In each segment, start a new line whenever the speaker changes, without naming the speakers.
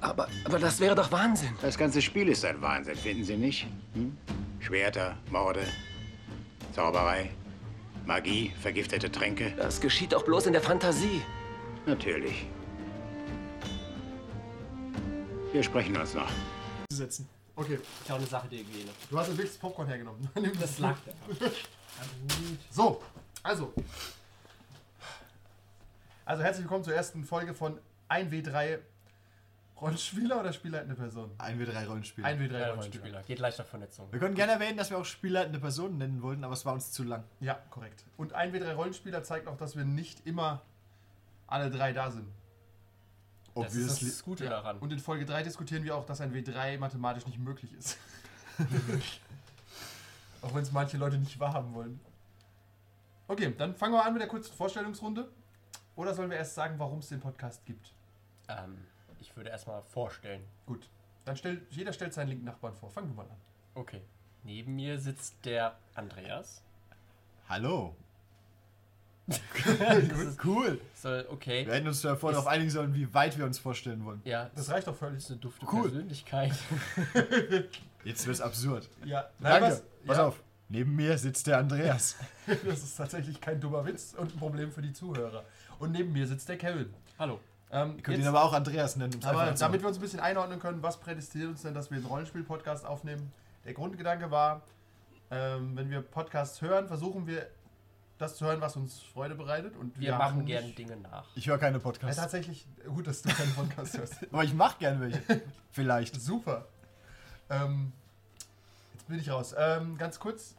Aber, aber das wäre doch Wahnsinn.
Das ganze Spiel ist ein Wahnsinn, finden Sie nicht? Hm? Schwerter, Morde, Zauberei, Magie, vergiftete Tränke.
Das geschieht doch bloß in der Fantasie.
Natürlich. Wir sprechen uns noch.
setzen. Okay,
Ist ja auch eine Sache der Hygiene.
du hast jetzt wirklich das Popcorn hergenommen. Nimm das.
Das lag da.
So, also. Also herzlich willkommen zur ersten Folge von 1W3 Rollenspieler oder spielleitende Person?
1W3 Rollenspiel.
1W3
Ja,
Rollenspieler.
Geht leicht auf Vernetzung.
wir können gerne erwähnen, dass wir auch spielleitende Personen nennen wollten, aber es war uns zu lang.
Ja, korrekt. Und 1W3 Rollenspieler zeigt auch, dass wir nicht immer alle drei da sind.
Das ist das Gute
Ja.
daran.
Und in Folge 3 diskutieren wir auch, dass ein W3 mathematisch nicht möglich ist. auch wenn es manche Leute nicht wahrhaben wollen. Okay, dann fangen wir an mit der kurzen Vorstellungsrunde. Oder sollen wir erst sagen, warum es den Podcast gibt?
Ähm, ich würde erstmal vorstellen.
Gut. Dann stellt jeder stellt seinen linken Nachbarn vor. Fang du mal an.
Okay. Neben mir sitzt der Andreas.
Hallo.
das ist,
Cool.
soll,
Wir
okay.
hätten uns davor
Ist-
darauf einigen sollen, wie weit wir uns vorstellen wollen.
Ja, das
Das reicht doch völlig.
ist eine dufte
Cool.
Persönlichkeit.
Jetzt wird's absurd.
Ja,
Danke.
was?
Pass
ja,
auf. Neben mir sitzt der Andreas.
Das ist tatsächlich kein dummer Witz und ein Problem für die Zuhörer. Und neben mir sitzt der Kevin.
Hallo.
Ähm,
Ihr könnt
jetzt-
ihn aber auch Andreas nennen. um's
Aber
einfacher zu
damit wir uns ein bisschen einordnen können, was prädestiniert uns denn, dass wir einen Rollenspiel-Podcast aufnehmen? Der Grundgedanke war, ähm, wenn wir Podcasts hören, versuchen wir das zu hören, was uns Freude bereitet. Und wir,
Wir machen
haben
gerne
nicht-
Dinge nach.
Ich höre keine
Ja,
Podcasts.
tatsächlich, gut, dass du keinen Podcast hörst.
Aber ich mache gern welche. Vielleicht.
Super. Ähm, jetzt bin ich raus. Ähm, ganz kurz.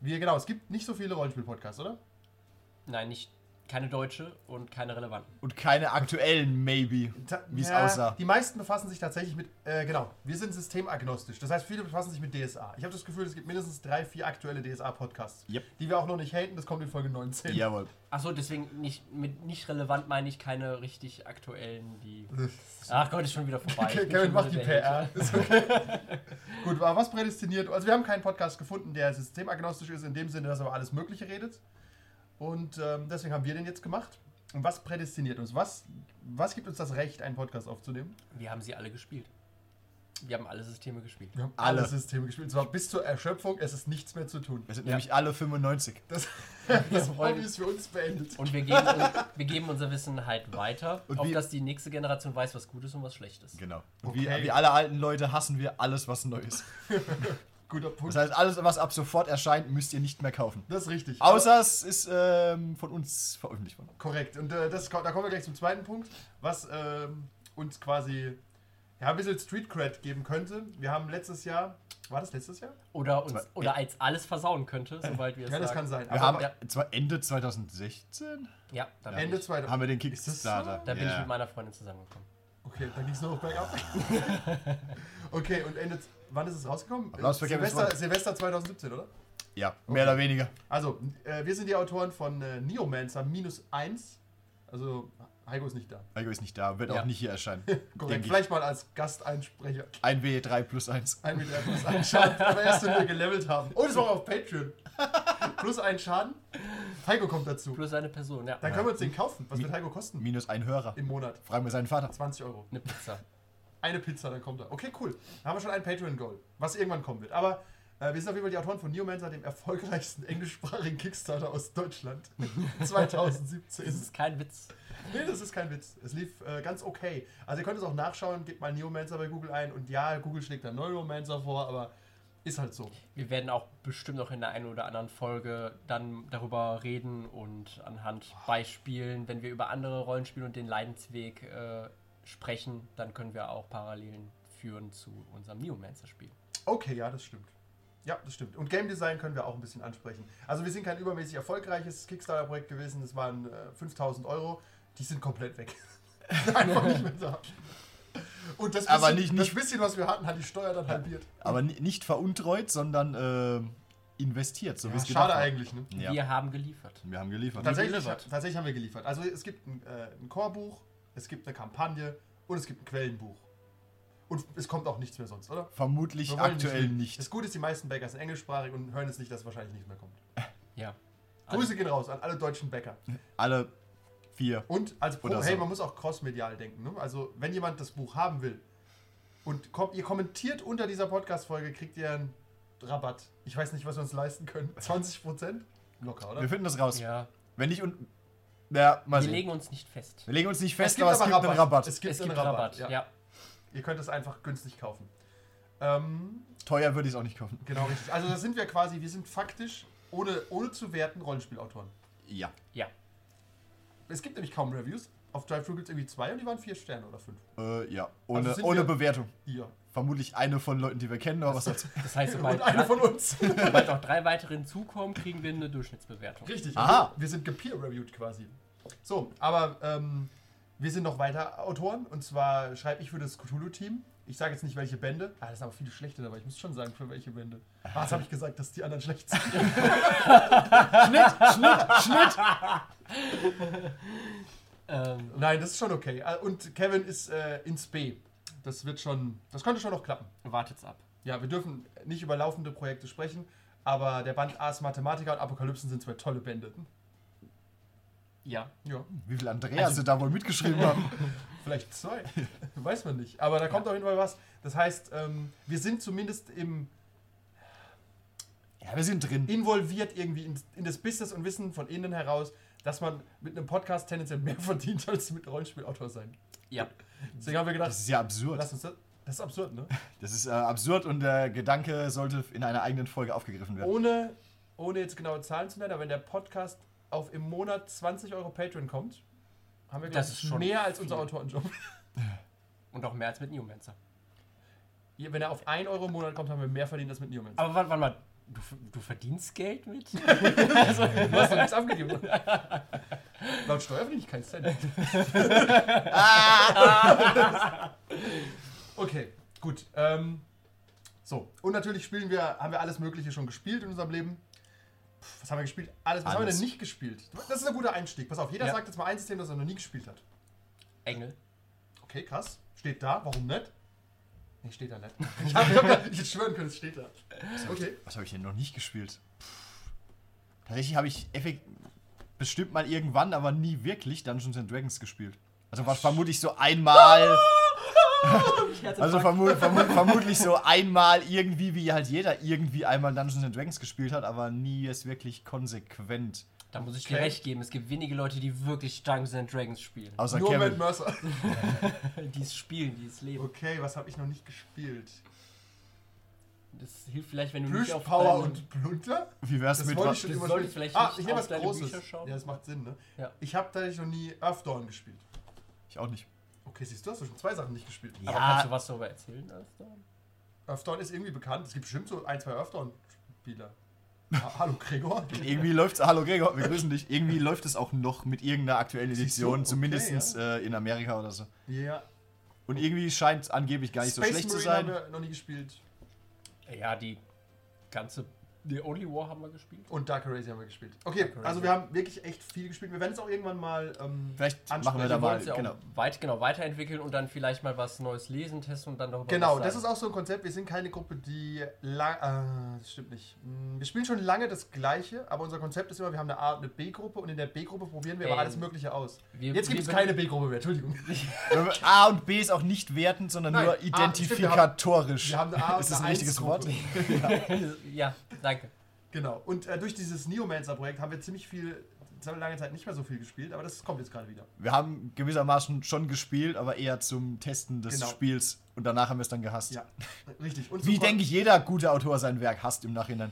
Wir, genau, es gibt nicht so viele Rollenspiel-Podcasts, oder?
Nein, nicht keine deutsche und keine relevanten.
Und keine aktuellen, maybe.
Ta-
Wie es
ja,
aussah.
Die meisten befassen sich tatsächlich mit, äh, genau, wir sind systemagnostisch. Das heißt, viele befassen sich mit DSA. Ich habe das Gefühl, es gibt mindestens drei, vier aktuelle DSA-Podcasts,
Yep.
die wir auch noch nicht haten. Das kommt in Folge 19.
Jawohl.
Achso, deswegen nicht mit nicht relevant meine ich keine richtig aktuellen, die. Ach Gott, ist schon wieder vorbei. Ich bin schon
Kevin macht die
wieder der
PR. Ist okay. Gut, aber was prädestiniert? Also, wir haben keinen Podcast gefunden, der systemagnostisch ist, in dem Sinne, dass er über alles Mögliche redet. Und ähm, deswegen haben wir den jetzt gemacht. Und was prädestiniert uns? Was, was gibt uns das Recht, einen Podcast aufzunehmen?
Held. Wir haben sie alle gespielt. Wir haben alle Systeme gespielt.
Wir haben
Alle.
alle Systeme gespielt. Zwar bis zur Erschöpfung, es ist nichts mehr zu tun.
Wir sind nämlich alle 95.
Das,
das
das
Hobby
Hobby ist für uns beendet.
Und wir geben, un- wir geben unser Wissen halt weiter,
Und
auf
wie-
dass die nächste Generation weiß, was gut ist und was schlecht ist.
Genau. Und
Okay.
wie, wie alle alten Leute hassen wir alles, was neu ist.
Guter Punkt.
Das heißt, alles, was ab sofort erscheint, müsst ihr nicht mehr kaufen.
Das ist richtig.
Außer es ist ähm, von uns veröffentlicht worden.
Korrekt. Und äh, das, ko- da kommen wir gleich zum zweiten Punkt, was ähm, uns quasi ja, ein bisschen Street Cred geben könnte. Wir haben letztes Jahr, war das letztes Jahr?
Oder, uns,
Zwar-
oder als alles versauen könnte, sobald wir es
Ja, das kann
sagen.
sein.
Wir
Aber
haben zwar Ende 2016
Ja, da bin,
Ende
ich,
zweiter.
haben wir den
Ist das so?
Kickstarter.
da bin
Ja.
ich mit meiner Freundin zusammengekommen.
Okay, dann ging es nur noch bergab. okay, und Ende. Wann ist es rausgekommen?
Applaus für Kevin
Silvester,
Swan.
Silvester 2017, oder?
Ja, mehr oder weniger.
Also, äh, wir sind die Autoren von äh, Neomancer minus 1. Also, Heiko ist nicht da.
Heiko ist nicht da, wird
Ja.
auch nicht hier erscheinen.
Korrekt.
Denk ich.
Vielleicht mal als Gasteinsprecher.
Ein W3 plus 1.
Ein mit etwas einen Schaden, aber erst wenn wir gelevelt haben. Und es war auch auf Patreon. Plus einen Schaden. Heiko kommt dazu.
Plus eine Person, ja.
Dann können wir uns den kaufen. Was wird Heiko kosten?
Minus ein Hörer.
Im Monat.
Fragen wir seinen Vater.
20 Euro.
Eine Pizza.
Eine Pizza, dann kommt er. Okay, cool. Dann haben wir schon ein Patreon-Goal, was irgendwann kommen wird. Aber äh, wir sind auf jeden Fall die Autoren von Neomancer, dem erfolgreichsten englischsprachigen Kickstarter aus Deutschland. 2017.
Das ist kein Witz.
Nee, das ist kein Witz. Es lief äh, ganz okay. Also ihr könnt es auch nachschauen, gebt mal Neomancer bei Google ein und ja, Google schlägt dann Neuromancer vor, aber ist halt so.
Wir werden auch bestimmt auch in der einen oder anderen Folge dann darüber reden und anhand Beispielen, wenn wir über andere Rollenspiele und den Leidensweg äh, sprechen, dann können wir auch Parallelen führen zu unserem Neomancer-Spiel.
Okay, ja, das stimmt. Ja, das stimmt. Und Game Design können wir auch ein bisschen ansprechen. Also wir sind kein übermäßig erfolgreiches Kickstarter-Projekt gewesen. Das waren äh, 5000 Euro. Die sind komplett weg. Einfach nicht mehr da. Und das bisschen,
Aber nicht-
das
nicht-
bisschen, was wir hatten, hat die Steuer dann halbiert.
Aber ni- nicht veruntreut, sondern ähm, investiert, so wie
Ja,
es gedacht
schade
war.
eigentlich, ne?
Ja. Wir,
Wir haben geliefert.
haben geliefert.
Tatsächlich,
geliefert.
tatsächlich haben wir geliefert. Also es gibt ein, äh, ein Chorbuch, es gibt eine Kampagne und es gibt ein Quellenbuch. Und es kommt auch nichts mehr sonst, oder?
Vermutlich
Wir wollen
aktuell nicht.
Das Gute ist, die meisten Bäcker sind englischsprachig und hören es nicht, dass wahrscheinlich nichts mehr kommt.
Ja.
Grüße gehen raus an alle deutschen Bäcker.
Alle vier.
Und als Pro,
Oder
hey,
so.
man muss auch crossmedial denken. Ne? Also, wenn jemand das Buch haben will, Und kom ihr kommentiert unter dieser Podcast-Folge, kriegt ihr einen Rabatt. Ich weiß nicht, was wir uns leisten können. 20 Prozent? Locker, oder?
Wir finden das raus.
Ja,
Wenn nicht und. Ja, mal
wir
sehen.
legen uns nicht fest.
wir legen uns nicht fest, aber es gibt einen Rabatt.
Es gibt,
Es
einen
gibt
Rabatt.
Rabatt,
ja.
ja.
Ihr könnt es einfach günstig kaufen. Ähm,
Teuer würde ich es auch nicht kaufen.
genau richtig. Also das sind wir quasi, wir sind faktisch, ohne, ohne zu werten, Rollenspielautoren.
Ja.
Ja.
Es gibt nämlich kaum Reviews. Auf Drive-Thru gibt es irgendwie zwei und die waren vier Sterne oder fünf.
Äh, ja. Ohne,
Also sind
ohne
wir-
Bewertung.
Hier.
Vermutlich eine von Leuten, die wir kennen, aber was soll's.
Das heißt,
Und
sobald,
eine von uns.
sobald noch drei weitere hinzukommen, kriegen wir eine Durchschnittsbewertung.
Richtig. Also,
Aha.
Wir sind gepeer-reviewed quasi. So, aber ähm, wir sind noch weiter Autoren. Und zwar schreibe ich für das Cthulhu-Team. Ich sage jetzt nicht, welche Bände. Ah, das sind aber viele schlechte dabei. Ich muss schon sagen, für welche Bände. Ah, jetzt habe ich gesagt, dass die anderen schlecht sind.
Ähm,
Nein, das ist schon okay. Ah, Und Kevin ist äh, ins B. Das wird schon, das könnte schon noch klappen.
wartet's ab.
Ja, wir dürfen nicht über laufende Projekte sprechen, aber der Band Ars Mathematiker und Apokalypsen sind zwei tolle Bände. Hm,
Ja.
Ja,
Wie viel Andreas
Also-
sie da wohl mitgeschrieben haben.
vielleicht zwei. Weiß man nicht. Aber da kommt auf jeden Fall was. Das heißt, ähm, wir sind zumindest im,
Ja, wir sind drin.
involviert irgendwie in, in das Business und wissen von innen heraus, dass man mit einem Podcast tendenziell mehr verdient als mit Rollenspielautor sein.
Ja.
Deswegen haben wir gedacht,
Das ist ja absurd.
lass uns das. Das ist absurd, ne?
Das ist äh, absurd und der Gedanke sollte in einer eigenen Folge aufgegriffen werden.
ohne, ohne jetzt genaue Zahlen zu nennen, aber wenn der Podcast auf im Monat 20 Euro Patreon kommt, haben wir
Das
gleich
ist schon
mehr als unser
viel.
Autorenjob.
Und auch mehr als mit Newmancer.
Hier, Wenn er auf 1 Euro im Monat kommt, haben wir mehr verdient als mit Newman.
Aber warte, warte mal, du, du verdienst Geld mit?
Du hast doch nichts abgegeben. Laut Steuer verdiene ich keinen Cent. okay, gut. Ähm, so, und natürlich spielen wir, haben wir alles Mögliche schon gespielt in unserem Leben. Puh, was haben wir gespielt? Alles. Was haben wir
Alles.
denn nicht gespielt? Das ist ein guter Einstieg. Pass auf, jeder
Ja.
sagt jetzt mal ein System, das er noch nie gespielt hat.
Engel.
Okay, krass. Steht da. Warum nicht? Nee, steht da nicht. Ich hab, ich hab grad- ich hätte schwören können, es steht da. Okay.
Was habe ich denn noch nicht gespielt? Pff. Tatsächlich habe ich effekt bestimmt mal irgendwann, aber nie wirklich Dungeons and Dragons gespielt. Also war vermutlich so einmal, also vermu vermu vermutlich so einmal irgendwie, wie halt jeder irgendwie einmal Dungeons and Dragons gespielt hat, aber nie es wirklich konsequent.
Da muss ich
Okay.
dir recht geben, es gibt wenige Leute, die wirklich Dungeons and Dragons spielen.
Außer
Nur mit
Kevin.
Mercer.
Die es spielen, die es leben.
Okay, was habe ich noch nicht gespielt?
Das hilft vielleicht, wenn du nicht auf
Plüschpower
deinen-
und Plunter?
Wie wär's
Das
mit
wollte
wa-
ich schon
das
immer
soll
spielen.
ich vielleicht
Ah,
nicht
ich nehme
auf
was
deine
Großes.
Bücher schauen.
Ja, das macht Sinn, ne?
Ja.
Ich habe tatsächlich noch nie Earthdawn gespielt.
Ich auch nicht.
Okay, siehst du, hast du schon zwei Sachen nicht gespielt.
Aber
Ja.
kannst du was darüber erzählen? Alistair?
Earthdawn ist irgendwie bekannt. Es gibt bestimmt so ein, zwei Earthdawn-Spieler. Ha- Hallo Gregor.
Irgendwie läuft's, hallo Gregor, wir grüßen dich. Irgendwie läuft es auch noch mit irgendeiner aktuellen
Siehst du?
Edition,
Okay,
zumindest äh, in Amerika oder so.
Ja.
Und irgendwie scheint angeblich gar nicht so schlecht zu sein.
haben wir noch nie gespielt.
Ja, die ganze. The Only War haben wir gespielt.
Und Dark Eraser haben wir gespielt. Okay,
Dark
also
Eraser.
wir haben wirklich echt viel gespielt. Wir werden es auch irgendwann mal. Ähm,
Vielleicht
ansprechen.
machen wir da
Wir
mal,
Wollen sie auch
genau.
weit genau weiterentwickeln und dann vielleicht mal was Neues lesen, testen und dann darüber
Genau,
was
das ist
sagen.
auch so ein Konzept. Wir sind keine Gruppe, die lang. Äh, das stimmt nicht. Hm, Wir spielen schon lange das Gleiche, aber unser Konzept ist immer, wir haben eine A und eine B-Gruppe und in der B-Gruppe probieren wir aber
Ähm,
alles Mögliche aus.
wir-
Jetzt gibt es
wir-
keine B-Gruppe mehr, Entschuldigung.
Wenn wir- A und B ist auch nicht wertend, sondern
Nein,
nur
ah, stimmt, wir haben-
identifikatorisch.
wir haben eine A-
ist das
eine
ein richtiges Wort?
Eins-Gruppe.
ja, danke.
genau. Und äh, durch dieses Neomancer-Projekt haben wir ziemlich viel, seit lange Zeit nicht mehr so viel gespielt, aber das kommt jetzt gerade wieder.
Wir haben gewissermaßen schon gespielt, aber eher zum Testen des
Genau.
Spiels und danach haben wir es dann gehasst.
Ja, richtig. Und
Wie
so-
denke ich, jeder gute Autor sein Werk hasst im Nachhinein,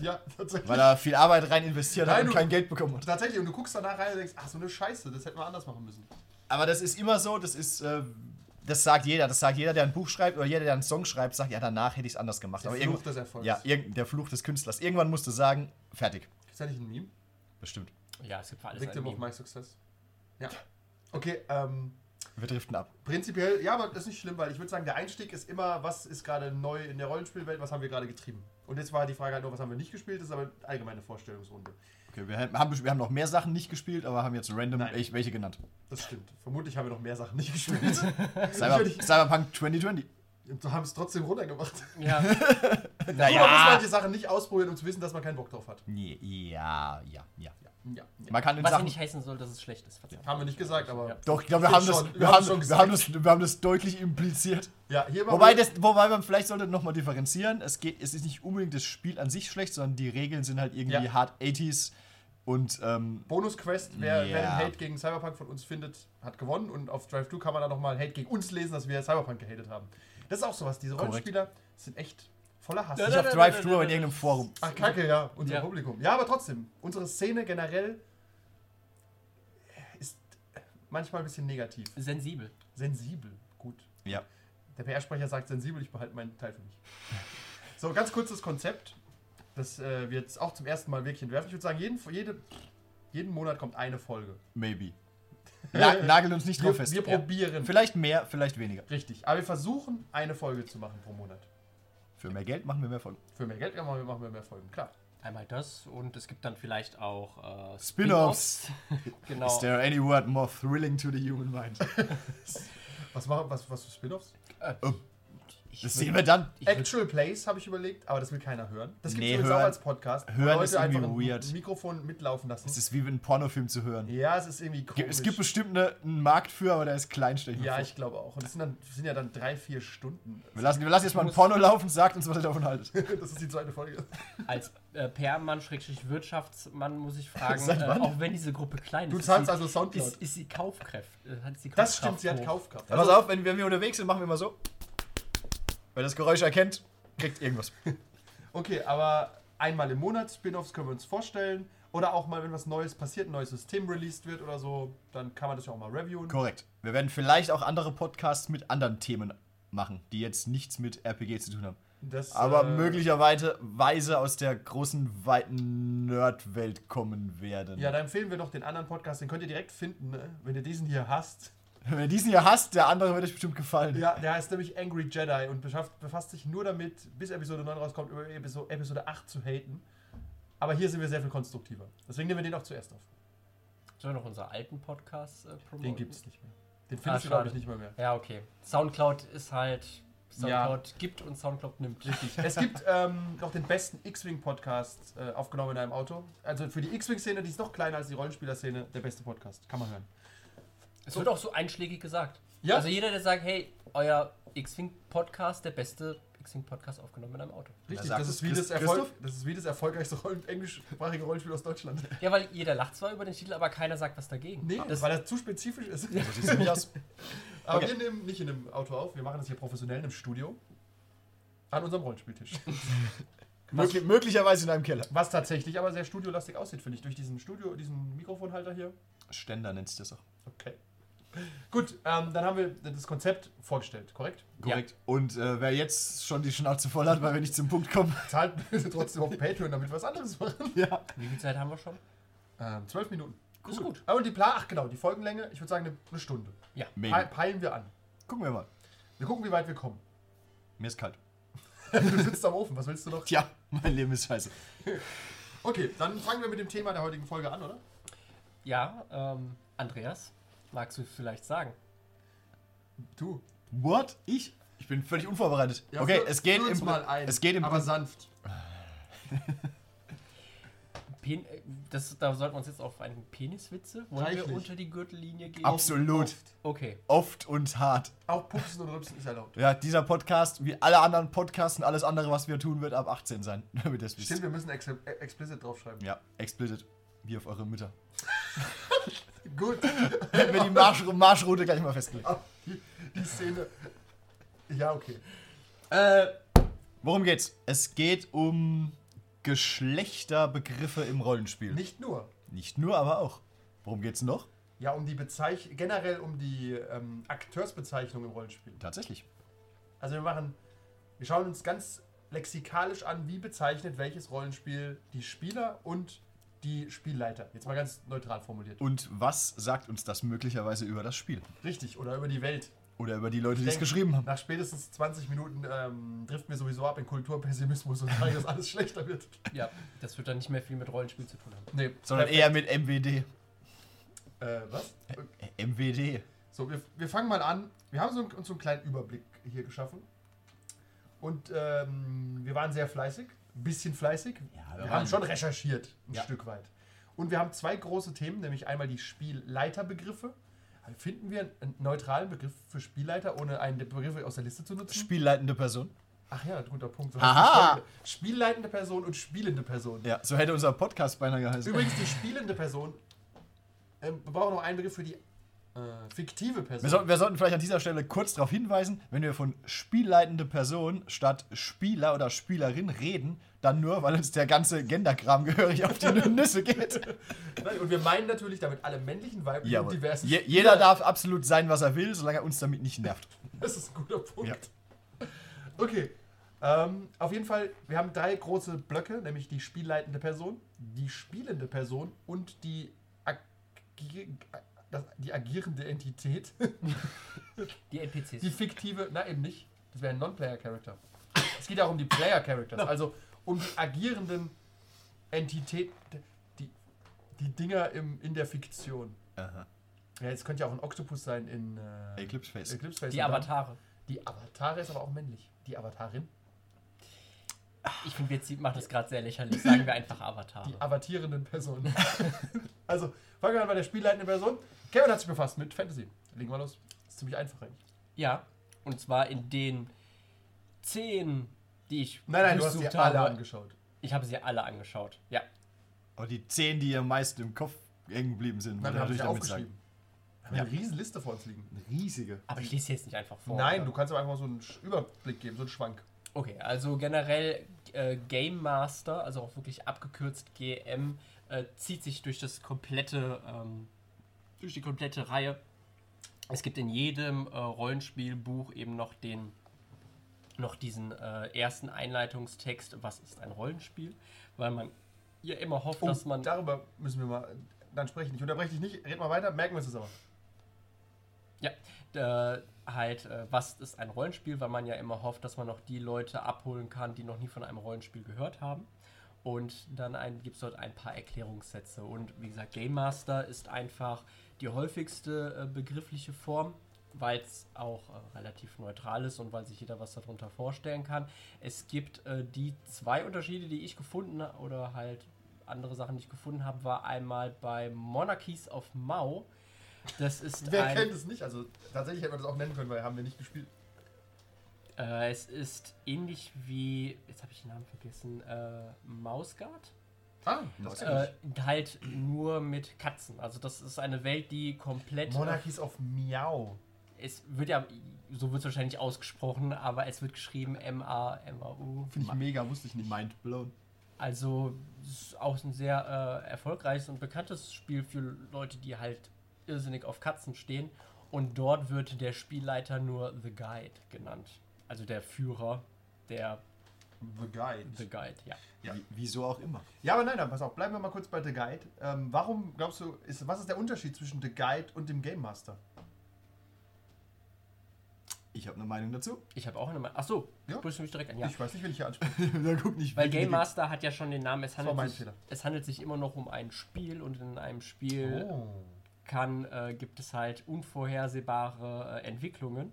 Ja, tatsächlich.
weil er viel Arbeit rein investiert hat
Nein,
und
du-
kein Geld bekommen hat.
Tatsächlich, und du guckst danach rein und denkst, ach so eine Scheiße, das hätten wir anders machen müssen.
Aber das ist immer so, das ist, äh, das sagt jeder. Das sagt jeder, der ein Buch schreibt oder jeder, der einen Song schreibt, sagt, ja, danach hätte ich es anders gemacht.
Der
aber
Fluch
irgend-
des Erfolgs.
Ja, irgend- der Fluch des Künstlers. Irgendwann musst du sagen, fertig.
Ist das nicht ein Meme?
Bestimmt.
Ja, es gibt für alles
Victim
ein
of
Meme.
my success. Ja. Okay, ähm,
Wir driften ab.
prinzipiell, ja, aber das ist nicht schlimm, weil ich würde sagen, der Einstieg ist immer, was ist gerade neu in der Rollenspielwelt, was haben wir gerade getrieben. Und jetzt war die Frage halt nur, was haben wir nicht gespielt, das ist aber eine allgemeine Vorstellungsrunde.
Okay, wir haben, wir haben noch mehr Sachen nicht gespielt, aber haben jetzt random
Nein.
echt welche genannt.
Das stimmt. Vermutlich haben wir noch mehr Sachen nicht gespielt.
Cyber, Cyberpunk 2020.
Wir haben es trotzdem runtergemacht. Ja. Man muss
Ja,
Naja.
manche Sachen nicht ausprobieren, um zu wissen, dass man keinen Bock drauf hat.
Nee, ja, ja, ja, ja.
Ja. ja.
Man kann in
was ja
Sachen.
nicht heißen soll, dass es schlecht ist. Verdammt.
Haben wir nicht gesagt, aber.
Ja.
Doch, ich glaube, wir,
Ich
haben das-
schon,
wir, haben, wir, haben das- wir haben das deutlich impliziert.
Ja, hier mal-
Wobei, das, wobei man vielleicht sollte nochmal differenzieren. Es, geht, es ist nicht unbedingt das Spiel an sich schlecht, sondern die Regeln sind halt irgendwie
Ja.
hart 80s und ähm,
Bonus-Quest, wer,
Ja.
wer den Hate gegen Cyberpunk von uns findet, hat gewonnen. Und auf Drive-Thru kann man dann nochmal Hate gegen uns lesen, dass wir Cyberpunk gehatet haben. Das ist auch sowas. Diese
Korrekt.
Rollenspieler sind echt voller Hass.
Ja,
nicht
ja.
auf Drive-Thru, aber in irgendeinem Forum.
Ach, kacke, ja, unser
Ja.
Publikum. Ja, aber trotzdem, unsere Szene generell ist manchmal ein bisschen negativ.
Sensibel.
Sensibel, gut.
Ja.
Der PR-Sprecher sagt sensibel, ich behalte meinen Teil für mich. So, ganz kurz das Konzept, das äh, wir jetzt auch zum ersten Mal wirklich entwerfen. Ich würde sagen, jeden, jede, jeden Monat kommt eine Folge.
Maybe. La nagelt uns nicht drauf
Wir,
fest.
wir
Ja.
probieren.
Vielleicht mehr, vielleicht weniger.
Richtig, aber wir versuchen, eine Folge zu machen pro Monat.
Für mehr Geld machen wir mehr Folgen.
Für mehr Geld machen wir- machen wir mehr Folgen, klar.
Einmal das und es gibt dann vielleicht auch äh,
Spin-offs.
Spin-offs.
Oh.
genau.
Is there any word more thrilling to the human mind?
Was machen was, was für Spin-offs?
Ich
Das
würd-
sehen wir dann.
Actual Plays habe ich überlegt, aber das will keiner hören. Das gibt es
Nee,
übrigens
hören-
auch als Podcast. wo
hören ist irgendwie
ein
weird.
Mikrofon mitlaufen lassen.
Es ist wie einen Pornofilm zu hören.
ja, es ist irgendwie komisch.
Es gibt bestimmt eine, einen Markt für, aber der ist klein, stell ich mir
ja,
vor.
ich glaube auch. Und das sind, dann, das sind ja dann drei, vier Stunden.
wir, lassen, wir lassen jetzt mal ein Porno laufen, sagt uns, was ihr davon haltet.
Das ist die zweite Folge.
Als äh, PR-Mann, Schrägstrich Wirtschaftsmann, muss ich fragen,
Seit
äh,
wann?
auch wenn diese Gruppe klein ist.
Du zahlst
ist
also
sie,
Soundcloud.
ist, ist sie Kaufkräft. äh, Hat sie Kaufkraft
das stimmt, sie hat Also,
hoch.
Kaufkraft.
Ja, pass auf, wenn, wenn wir unterwegs sind, machen wir mal so. Wer das Geräusch erkennt, kriegt irgendwas.
Okay, aber einmal im Monat Spin-offs können wir uns vorstellen. Oder auch mal, wenn was Neues passiert, ein neues System released wird oder so, dann kann man das ja auch mal reviewen.
Korrekt. Wir werden vielleicht auch andere Podcasts mit anderen Themen machen, die jetzt nichts mit RPG zu tun haben.
Das,
Aber
äh,
möglicherweise Weise aus der großen, weiten Nerd-Welt kommen werden.
Ja, da empfehlen wir noch den anderen Podcast, den könnt ihr direkt finden, ne? wenn ihr diesen hier hasst.
Wenn ihr diesen hier hasst, der andere wird euch bestimmt gefallen.
Ja, der heißt nämlich Angry Jedi und beschafft, befasst sich nur damit, bis Episode 9 rauskommt, über Episo- Episode 8 zu haten. Aber hier sind wir sehr viel konstruktiver. Deswegen nehmen wir den auch zuerst auf.
Sollen wir noch unseren alten Podcast äh, promoten?
Den gibt's nicht mehr. Den findest
Ah,
du,
schade.
glaube ich, nicht mal mehr.
Ja, okay. Soundcloud ist halt.
Ja.
Soundcloud gibt und Soundcloud nimmt. Richtig.
Es gibt ähm, noch den besten X-Wing-Podcast äh, aufgenommen in einem Auto. Also für die X-Wing-Szene, die ist noch kleiner als die Rollenspieler-Szene, der beste Podcast. Kann man hören.
Es wird auch so einschlägig gesagt.
Ja.
Also jeder, der sagt, hey, euer X-Wing-Podcast, der beste X-Wing-Podcast aufgenommen in einem Auto.
Richtig,
sagt
das
es
ist, wie das,
Christ-
Erfolg,
Christoph?
das ist wie das erfolgreichste Rollen englischsprachige Rollenspiel aus Deutschland.
Ja, weil jeder lacht zwar über den Titel, aber keiner sagt was dagegen.
Nee,
Ah.
das
weil das zu spezifisch ist.
So sieht's nämlich aus.
Aber
Okay.
wir nehmen nicht in einem Auto auf, wir machen das hier professionell im Studio. An unserem Rollenspieltisch.
Möglich, möglicherweise in einem Keller.
Was tatsächlich aber sehr studiolastig aussieht, finde ich, durch diesen Studio, diesen Mikrofonhalter hier.
Ständer nennt sich das auch.
Okay. Gut, ähm, dann haben wir das Konzept vorgestellt, korrekt?
Korrekt. Und äh, wer jetzt schon die Schnauze voll hat, weil wir nicht zum Punkt kommen.
Zahlt bitte trotzdem auf Patreon, damit wir was anderes machen.
ja.
Wie viel Zeit haben wir schon?
Ähm, zwölf Minuten.
Ist gut.
Aber die Plan, ach genau, die Folgenlänge, ich würde sagen eine, eine Stunde. Pe
Maybe.
peilen wir an.
Gucken wir mal.
Wir gucken, wie weit wir kommen.
Mir ist kalt.
du sitzt am Ofen, was willst du noch?
Tja, mein Leben ist scheiße.
Okay, dann fangen wir mit dem Thema der heutigen Folge an, oder?
Ja, ähm, Andreas, magst du vielleicht sagen?
Du.
What? Ich? Ich bin völlig unvorbereitet. okay, es geht im
Mal ein,
Es geht im
aber sanft.
Pen äh, das, da sollten wir uns jetzt auf einen Peniswitze, wollen wir
Reichlich.
unter die Gürtellinie gehen?
absolut
Okay.
oft und hart.
Auch Pupsen und Rübsen ist erlaubt.
Ja, dieser Podcast, wie alle anderen Podcasts und alles andere, was wir tun, wird ab 18 sein, damit ihr das wisst.
Stimmt, wir müssen ex explicit draufschreiben.
Ja, explicit. Wie auf eure Mütter.
Gut,
Hätten wir die Marsch Marschroute gleich mal festgelegt.
die, die Szene. Ja, okay.
Äh,
Worum geht's? Es geht um Geschlechterbegriffe im Rollenspiel.
Nicht nur.
Nicht nur, aber auch. Worum geht's noch?
Ja, um die Bezeichnung, generell um die ähm, Akteursbezeichnung im Rollenspiel.
Tatsächlich.
Also wir machen, wir schauen uns ganz lexikalisch an, wie bezeichnet welches Rollenspiel die Spieler und die Spielleiter. Jetzt mal ganz neutral formuliert.
Und was sagt uns das möglicherweise über das Spiel?
Richtig, oder über die Welt.
Oder über die Leute, die es
Denk,
geschrieben haben?
Nach spätestens 20 Minuten ähm, driften wir sowieso ab in Kulturpessimismus und sagen, dass alles schlechter wird.
ja, das wird dann nicht mehr viel mit Rollenspiel zu tun haben.
Nee,
Sondern eher mit MWD.
Ähm, Äh, was?
MWD.
So, wir, wir fangen mal an. Wir haben so einen, uns so einen kleinen Überblick hier geschaffen. Und ähm, wir waren sehr fleißig, ein bisschen fleißig.
Ja, wir
wir haben
waren-
schon recherchiert, ein
Ja.
Stück weit. Und wir haben zwei große Themen, nämlich einmal die Spielleiterbegriffe. Finden wir einen neutralen Begriff für Spielleiter, ohne einen der Begriffe aus der Liste zu nutzen?
Spielleitende Person.
Ach ja, guter Punkt. So
Aha!
heißt die Folge. Spielleitende Person und spielende Person.
Ja, so hätte unser Podcast beinahe geheißen.
Übrigens, die spielende Person. Ähm, wir brauchen noch einen Begriff für die äh, fiktive
Wir,
Person.
sollten- wir sollten vielleicht an dieser Stelle kurz darauf hinweisen, wenn wir von spielleitende Person statt Spieler oder Spielerin reden, dann nur, weil uns der ganze Genderkram gehörig auf die Nüsse geht.
Nein, und wir meinen natürlich damit alle männlichen, weiblichen und diversen.
Je, jeder darf absolut sein, was er will, solange er uns damit nicht nervt.
Das ist ein guter Punkt.
Ja.
Okay. Ähm, auf jeden Fall, wir haben drei große Blöcke, nämlich die spielleitende Person, die spielende Person und die, agi das, die agierende Entität.
Die NPCs.
Die fiktive, na eben nicht. Das wäre ein Non-Player-Character. Es geht ja auch um die Player-Characters, also um die agierenden Entitäten, die, die Dinger im, in der Fiktion.
Aha.
Ja, jetzt könnte ja auch ein Oktopus sein in äh,
Eclipse Face.
Eclipse Face.
Die
Und dann-
Avatare.
Die Avatare ist aber auch männlich. Die Avatarin.
Ich finde, jetzt sieht- macht das gerade sehr lächerlich. Sagen wir einfach Avatare.
Die avatierenden Personen. also, fangen wir an bei der spielleitenden Person. Kevin hat sich befasst mit Fantasy. Legen wir los. Ist ziemlich einfach eigentlich.
Ja, und zwar in den zehn, die ich
Nein, nein, du hast dir
durchsucht
alle
habe.
angeschaut.
Ich habe sie alle angeschaut. Ja,
Aber Oh, die zehn, die ihr am meisten im Kopf hängen geblieben sind,
Nein, wir haben sie
sagen. Ah,
aufgeschrieben. Wir haben eine riesen Liste vor uns liegen.
Eine riesige.
aber ich lese jetzt nicht einfach vor.
Nein,
oder?
du kannst aber einfach mal so einen Sch- Überblick geben, so einen Schwank.
Okay, also generell äh, Game Master, also auch wirklich abgekürzt GM, äh, zieht sich durch das komplette, ähm, durch die komplette Reihe. Es gibt in jedem äh, Rollenspielbuch eben noch den, noch diesen äh, ersten Einleitungstext, was ist ein Rollenspiel, weil man ja immer
Oh,
hofft, dass man
darüber müssen wir mal äh, dann sprechen. Ich unterbreche dich nicht, red mal weiter, merken wir uns das aber.
Ja, äh, halt, äh, was ist ein Rollenspiel, weil man ja immer hofft, dass man noch die Leute abholen kann, die noch nie von einem Rollenspiel gehört haben. Und dann gibt es dort ein paar Erklärungssätze. Und wie gesagt, Game Master ist einfach die häufigste äh, begriffliche Form, weil es auch äh, relativ neutral ist und weil sich jeder was darunter vorstellen kann. Es gibt äh, die zwei Unterschiede, die ich gefunden habe, oder halt andere Sachen, die ich gefunden habe, war einmal bei Monarchies of Mao. Das ist
Wer
ein,
kennt es nicht? Also tatsächlich hätten wir das auch nennen können, weil haben wir nicht gespielt.
Äh, es ist ähnlich wie, jetzt habe ich den Namen vergessen, äh, Mausgard.
Ah,
das
Äh, halt nur mit Katzen. Also das ist eine Welt, die komplett.
Monarchies of Miau.
es wird ja, so wird es wahrscheinlich ausgesprochen, aber es wird geschrieben M-A-M-A-U.
Finde ich mega, wusste ich nicht.
Mind blown.
Also es ist auch ein sehr äh, erfolgreiches und bekanntes Spiel für Leute, die halt irrsinnig auf Katzen stehen. Und dort wird der Spielleiter nur The Guide genannt. Also der Führer, der
The Guide.
The Guide, ja.
Ja.
Wie- Wieso auch immer.
Ja, aber nein, dann pass auf, bleiben wir mal kurz bei The Guide. Ähm, warum glaubst du, ist, was ist der Unterschied zwischen The Guide und dem Game Master?
Ich habe eine Meinung dazu.
Ich habe auch eine Meinung. Achso,
Ja.
ja. sprichst du mich direkt an. Ja.
Ich weiß nicht, will ich hier ansprechen.
da guck nicht
Weil Game Master hat ja schon den Namen, es
war mein
handelt, sich,
Fehler.
es handelt sich immer noch um ein Spiel und in einem Spiel
Oh.
kann, äh, gibt es halt unvorhersehbare äh, Entwicklungen.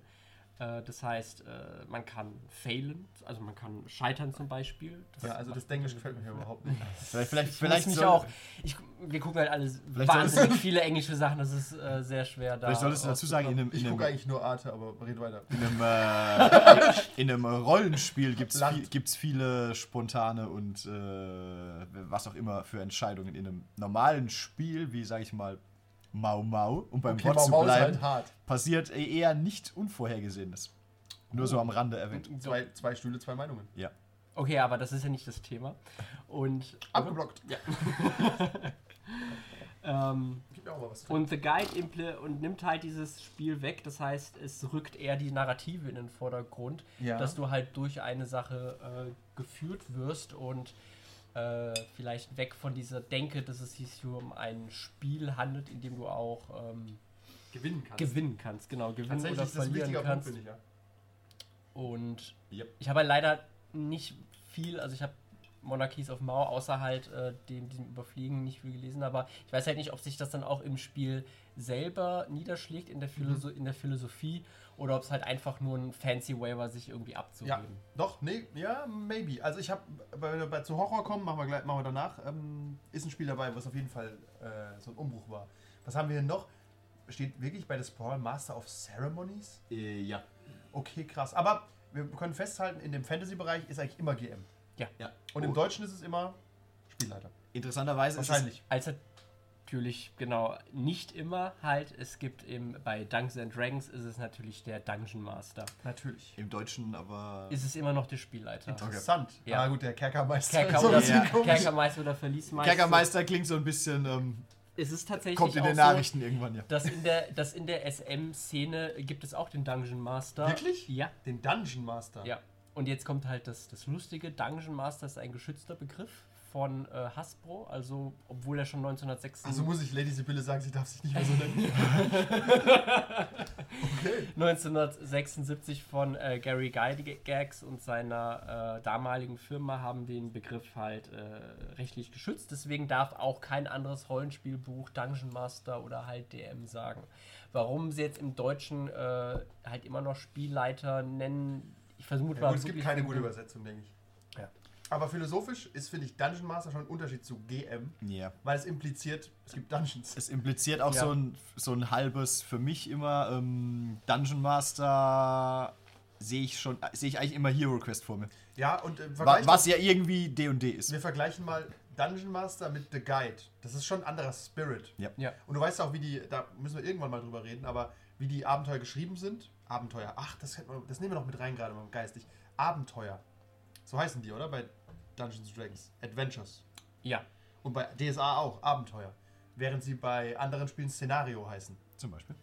Äh, das heißt, äh, man kann failen, also man kann scheitern zum Beispiel. Das
Ja, also das Englisch gefällt mir hier überhaupt nicht.
Vielleicht, vielleicht,
Vielleicht
vielleicht
mich
soll-
auch. Ich, wir gucken halt alle
solltest
wahnsinnig viele englische Sachen. Das ist äh, sehr schwer da.
Vielleicht solltest du dazu sagen, in einem,
Ich
in einem,
gucke eigentlich nur Arte, aber red weiter.
in einem, äh, in einem Rollenspiel gibt es
Land.
viel, gibt's viele spontane und äh, was auch immer für Entscheidungen. In einem normalen Spiel, wie sage ich mal, Mau Mau, um beim
Okay,
Wort zu
Mau Mau ist
bleiben,
halt hart.
passiert äh, eher nicht Unvorhergesehenes. Nur so am Rande erwähnt.
Zwei, zwei Stühle, zwei Meinungen.
Ja.
Okay, aber das ist ja nicht das Thema. Und
Abgeblockt.
ähm,
Gib mir auch mal was.
Und The Guide impl- und nimmt halt dieses Spiel weg. Das heißt, es rückt eher die Narrative in den Vordergrund,
Ja.
dass du halt durch eine Sache äh, geführt wirst und äh, vielleicht weg von dieser Denke, dass es sich hier um ein Spiel handelt, in dem du auch ähm,
Gewinnen kannst.
gewinnen kannst. Genau, gewinnen
Tatsächlich
oder
ist das ein
verlieren
wichtiger Punkt,
kannst.
finde ich, ja.
Und
Yep.
ich habe halt leider nicht viel, also ich habe Monarchies of Mao außer halt äh, dem, diesem Überfliegen nicht viel gelesen, aber ich
Mhm.
weiß halt nicht, ob sich das dann auch im Spiel selber niederschlägt, in der, Philosoph in der Philosophie oder ob es halt einfach nur ein fancy Way war, sich irgendwie
Ja,
abzuheben.
doch, nee, ja, maybe. Also ich habe, wenn wir bei zu Horror kommen, machen wir, gleich, machen wir danach, ähm, ist ein Spiel dabei, was auf jeden Fall äh, so ein Umbruch war. Was haben wir denn noch? Steht wirklich bei The Sprawl Master of Ceremonies?
Äh, ja.
Okay, krass. Aber wir können festhalten, in dem Fantasy-Bereich ist eigentlich immer GM.
ja.
Und im Deutschen ist es immer Spielleiter.
Interessanterweise ist es,
Wahrscheinlich.
Als natürlich, genau, nicht immer halt. Es gibt eben bei Dungeons and Dragons ist es natürlich der Dungeon Master.
Natürlich.
im Deutschen aber
Ist es immer noch der Spielleiter.
Interessant.
Ja.
Ah, gut, der Kerkermeister.
Kerker
ist so ein
oder,
bisschen
ja.
komisch.
Kerkermeister oder Verliesmeister.
Kerkermeister klingt so ein bisschen, ähm,
Es ist tatsächlich
kommt in
auch
den
so,
Nachrichten irgendwann, ja.
dass in der, dass in der SM-Szene gibt es auch den Dungeon Master.
Wirklich?
Ja.
Den Dungeon Master.
Ja. Und jetzt kommt halt das, das Lustige. Dungeon Master ist ein geschützter Begriff von äh, Hasbro. Also, obwohl er schon 1906,
Also muss ich Lady Sibylle sagen, sie darf sich nicht mehr so nennen.
1976 von äh, Gary Gygax und seiner äh, damaligen Firma haben den Begriff halt äh, rechtlich geschützt. Deswegen darf auch kein anderes Rollenspielbuch Dungeon Master oder halt DM sagen. Warum sie jetzt im Deutschen äh, halt immer noch Spielleiter nennen, ich vermute
Ja,
mal.
gut, es gibt
wirklich-
keine gute Übersetzung, denke ich.
Ja.
Aber philosophisch ist, finde ich, Dungeon Master schon ein Unterschied zu GM,
Ja.
weil es impliziert, es gibt Dungeons.
Es impliziert auch
Ja.
so, ein, so ein halbes, für mich immer, ähm, Dungeon Master sehe ich schon, sehe ich eigentlich immer Hero Quest vor mir.
Ja, und äh,
Wa-
vergleicht
Was ja irgendwie D&D ist.
wir vergleichen mal Dungeon Master mit The Guide. Das ist schon ein anderer Spirit.
Ja.
Ja.
Und du weißt auch, wie die, da müssen wir irgendwann mal drüber reden, aber wie die Abenteuer geschrieben sind. Abenteuer, ach, das, hätten wir, das nehmen wir noch mit rein gerade mal geistig. Abenteuer. So heißen die, oder? Bei Dungeons and Dragons. Adventures.
Ja.
Und bei DSA auch, Abenteuer. Während sie bei anderen Spielen Szenario heißen.
Zum Beispiel.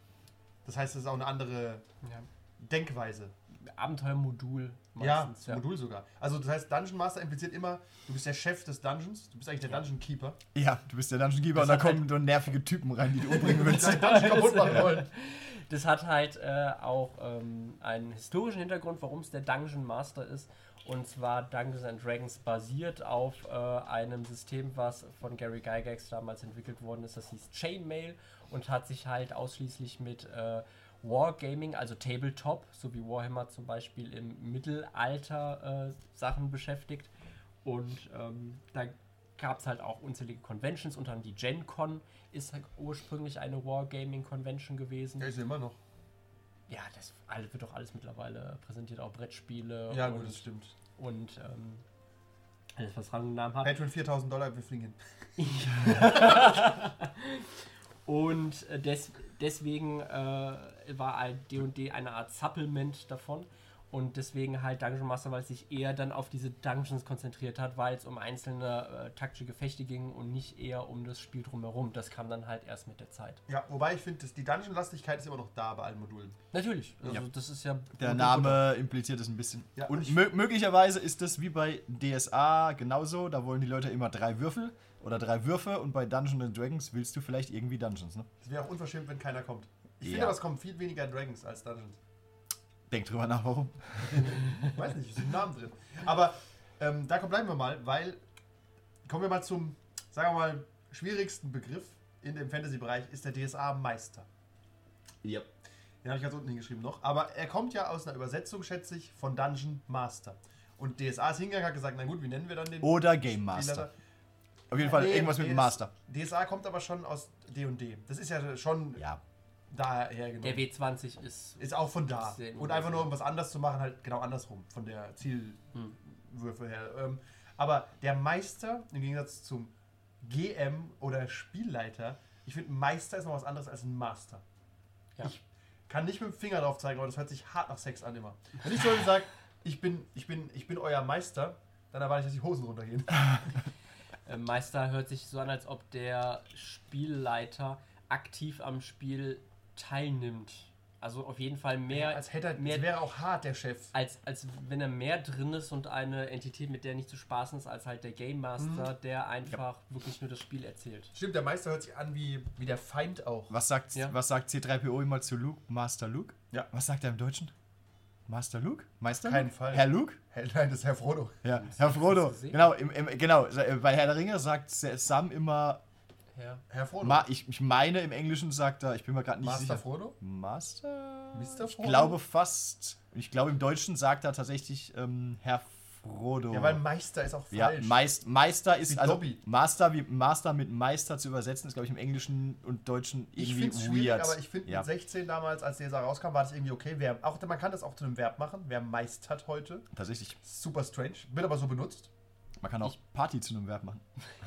Das heißt, es ist auch eine andere
ja.
Denkweise.
Abenteuermodul
ja, Modul sogar. Also das heißt, Dungeon Master impliziert immer, du bist der Chef des Dungeons, du bist eigentlich der Dungeon Keeper.
Ja, du bist der Dungeon Keeper und
Das
da
hat halt-
kommen so nervige Typen rein, die du umbringen willst.
Dein Dungeon kaputt machen wollen.
Das hat halt äh, auch ähm, einen historischen Hintergrund, warum es der Dungeon Master ist. Und zwar Dungeons and Dragons basiert auf äh, einem System, was von Gary Gygax damals entwickelt worden ist. Das hieß Chainmail und hat sich halt ausschließlich mit äh, Wargaming, also Tabletop, so wie Warhammer zum Beispiel im Mittelalter äh, Sachen beschäftigt. Und ähm, da gab es halt auch unzählige Conventions, unter anderem die Gen Con ist halt ursprünglich eine Wargaming-Convention gewesen.
Ja, ist ja immer noch.
Ja, das all- wird doch alles mittlerweile präsentiert, auch Brettspiele
Ja, gut, das
und,
stimmt.
und ähm, alles, was Rang und Namen hat.
Patreon 4000 Dollar, wir fliegen hin.
Und äh, des, deswegen äh, war halt D&D eine Art Supplement davon. Und deswegen halt Dungeon Master, weil es sich eher dann auf diese Dungeons konzentriert hat, weil es um einzelne äh, taktische Gefechte ging und nicht eher um das Spiel drumherum. Das kam dann halt erst mit der Zeit.
Ja, wobei ich finde, dass die Dungeon-Lastigkeit ist immer noch da bei allen Modulen.
Natürlich. Also das ist ja
Der Name impliziert es ein bisschen.
Ja,
und
ich-
mö möglicherweise ist das wie bei DSA genauso. Da wollen die Leute immer drei Würfel oder drei Würfe und bei Dungeons and Dragons willst du vielleicht irgendwie Dungeons, ne?
Es wäre auch unverschämt, wenn keiner kommt. Ich
Ja.
finde, aber es kommen viel weniger Dragons als Dungeons.
Denk drüber nach, warum.
Ich weiß nicht, ist im Namen drin. Aber ähm, da bleiben wir mal, weil kommen wir mal zum, sagen wir mal, schwierigsten Begriff in dem Fantasy-Bereich ist der DSA-Meister.
Ja.
Den habe ich ganz unten hingeschrieben noch. Aber er kommt ja aus einer Übersetzung, schätze ich, von Dungeon Master. Und DSA ist hingegangen, hat gesagt, na gut, wie nennen wir dann den?
Oder Game Master. Auf jeden Fall irgendwas mit dem Master.
DSA kommt aber schon aus D&D. Das ist ja schon
Ja.
daher genommen.
Der W20 ist
Ist auch von da.
Ist sehr
Und einfach nur, um was anders zu machen, halt genau andersrum, von der Zielwürfe her. Ähm, aber der Meister, im Gegensatz zum GM oder Spielleiter, ich finde, Meister ist noch was anderes als ein Master.
Ja.
Ich kann nicht mit dem Finger drauf zeigen, aber das hört sich hart nach Sex an immer. Wenn ich so sage, ich bin, ich, bin, ich bin euer Meister, dann erwarte ich, dass die Hosen runtergehen.
Äh, Meister hört sich so an, als ob der Spielleiter aktiv am Spiel teilnimmt. Also auf jeden Fall mehr,
als hätte er,
mehr
es wäre auch hart, der Chef.
als, als wenn er mehr drin ist und eine Entität, mit der nicht zu spaßen ist, als halt der Game Master,
Mhm.
der einfach wirklich nur das Spiel erzählt.
Stimmt, der Meister hört sich an wie, wie der Feind auch.
Was sagt,
Ja.
was sagt C3PO immer zu Luke? Master Luke?
Ja.
Was sagt er im Deutschen? Master Luke? Meister
keinen
Luke?
Fall.
Herr Luke?
Hey, nein, das ist Herr Frodo.
Ja, Herr
hast du
Frodo.
gesehen?
Genau, im, im, genau, bei Herr der Ringe sagt Sam immer
Ja.
Herr Frodo.
Ma ich, ich meine, im Englischen sagt er, ich bin mir gerade nicht
Master
sicher.
Frodo?
Master?
Mr.
Ich
Frodo?
glaube fast. Ich glaube, im Deutschen sagt er tatsächlich ähm, Herr Frodo.
Ja, weil Meister ist auch
Ja,
falsch.
Meist, Meister ist
Wie
also
Dobby.
Master wie Master mit Meister zu übersetzen ist glaube ich im Englischen und Deutschen
ich
irgendwie
finde es
weird.
schwierig, aber ich finde
ja,
mit 16 damals, als Leser rauskam, war das irgendwie okay. Wer, auch, man kann das auch zu einem Verb machen. Wer meistert heute.
tatsächlich.
Super strange. Wird aber so benutzt.
Man kann auch Party zu einem Verb machen.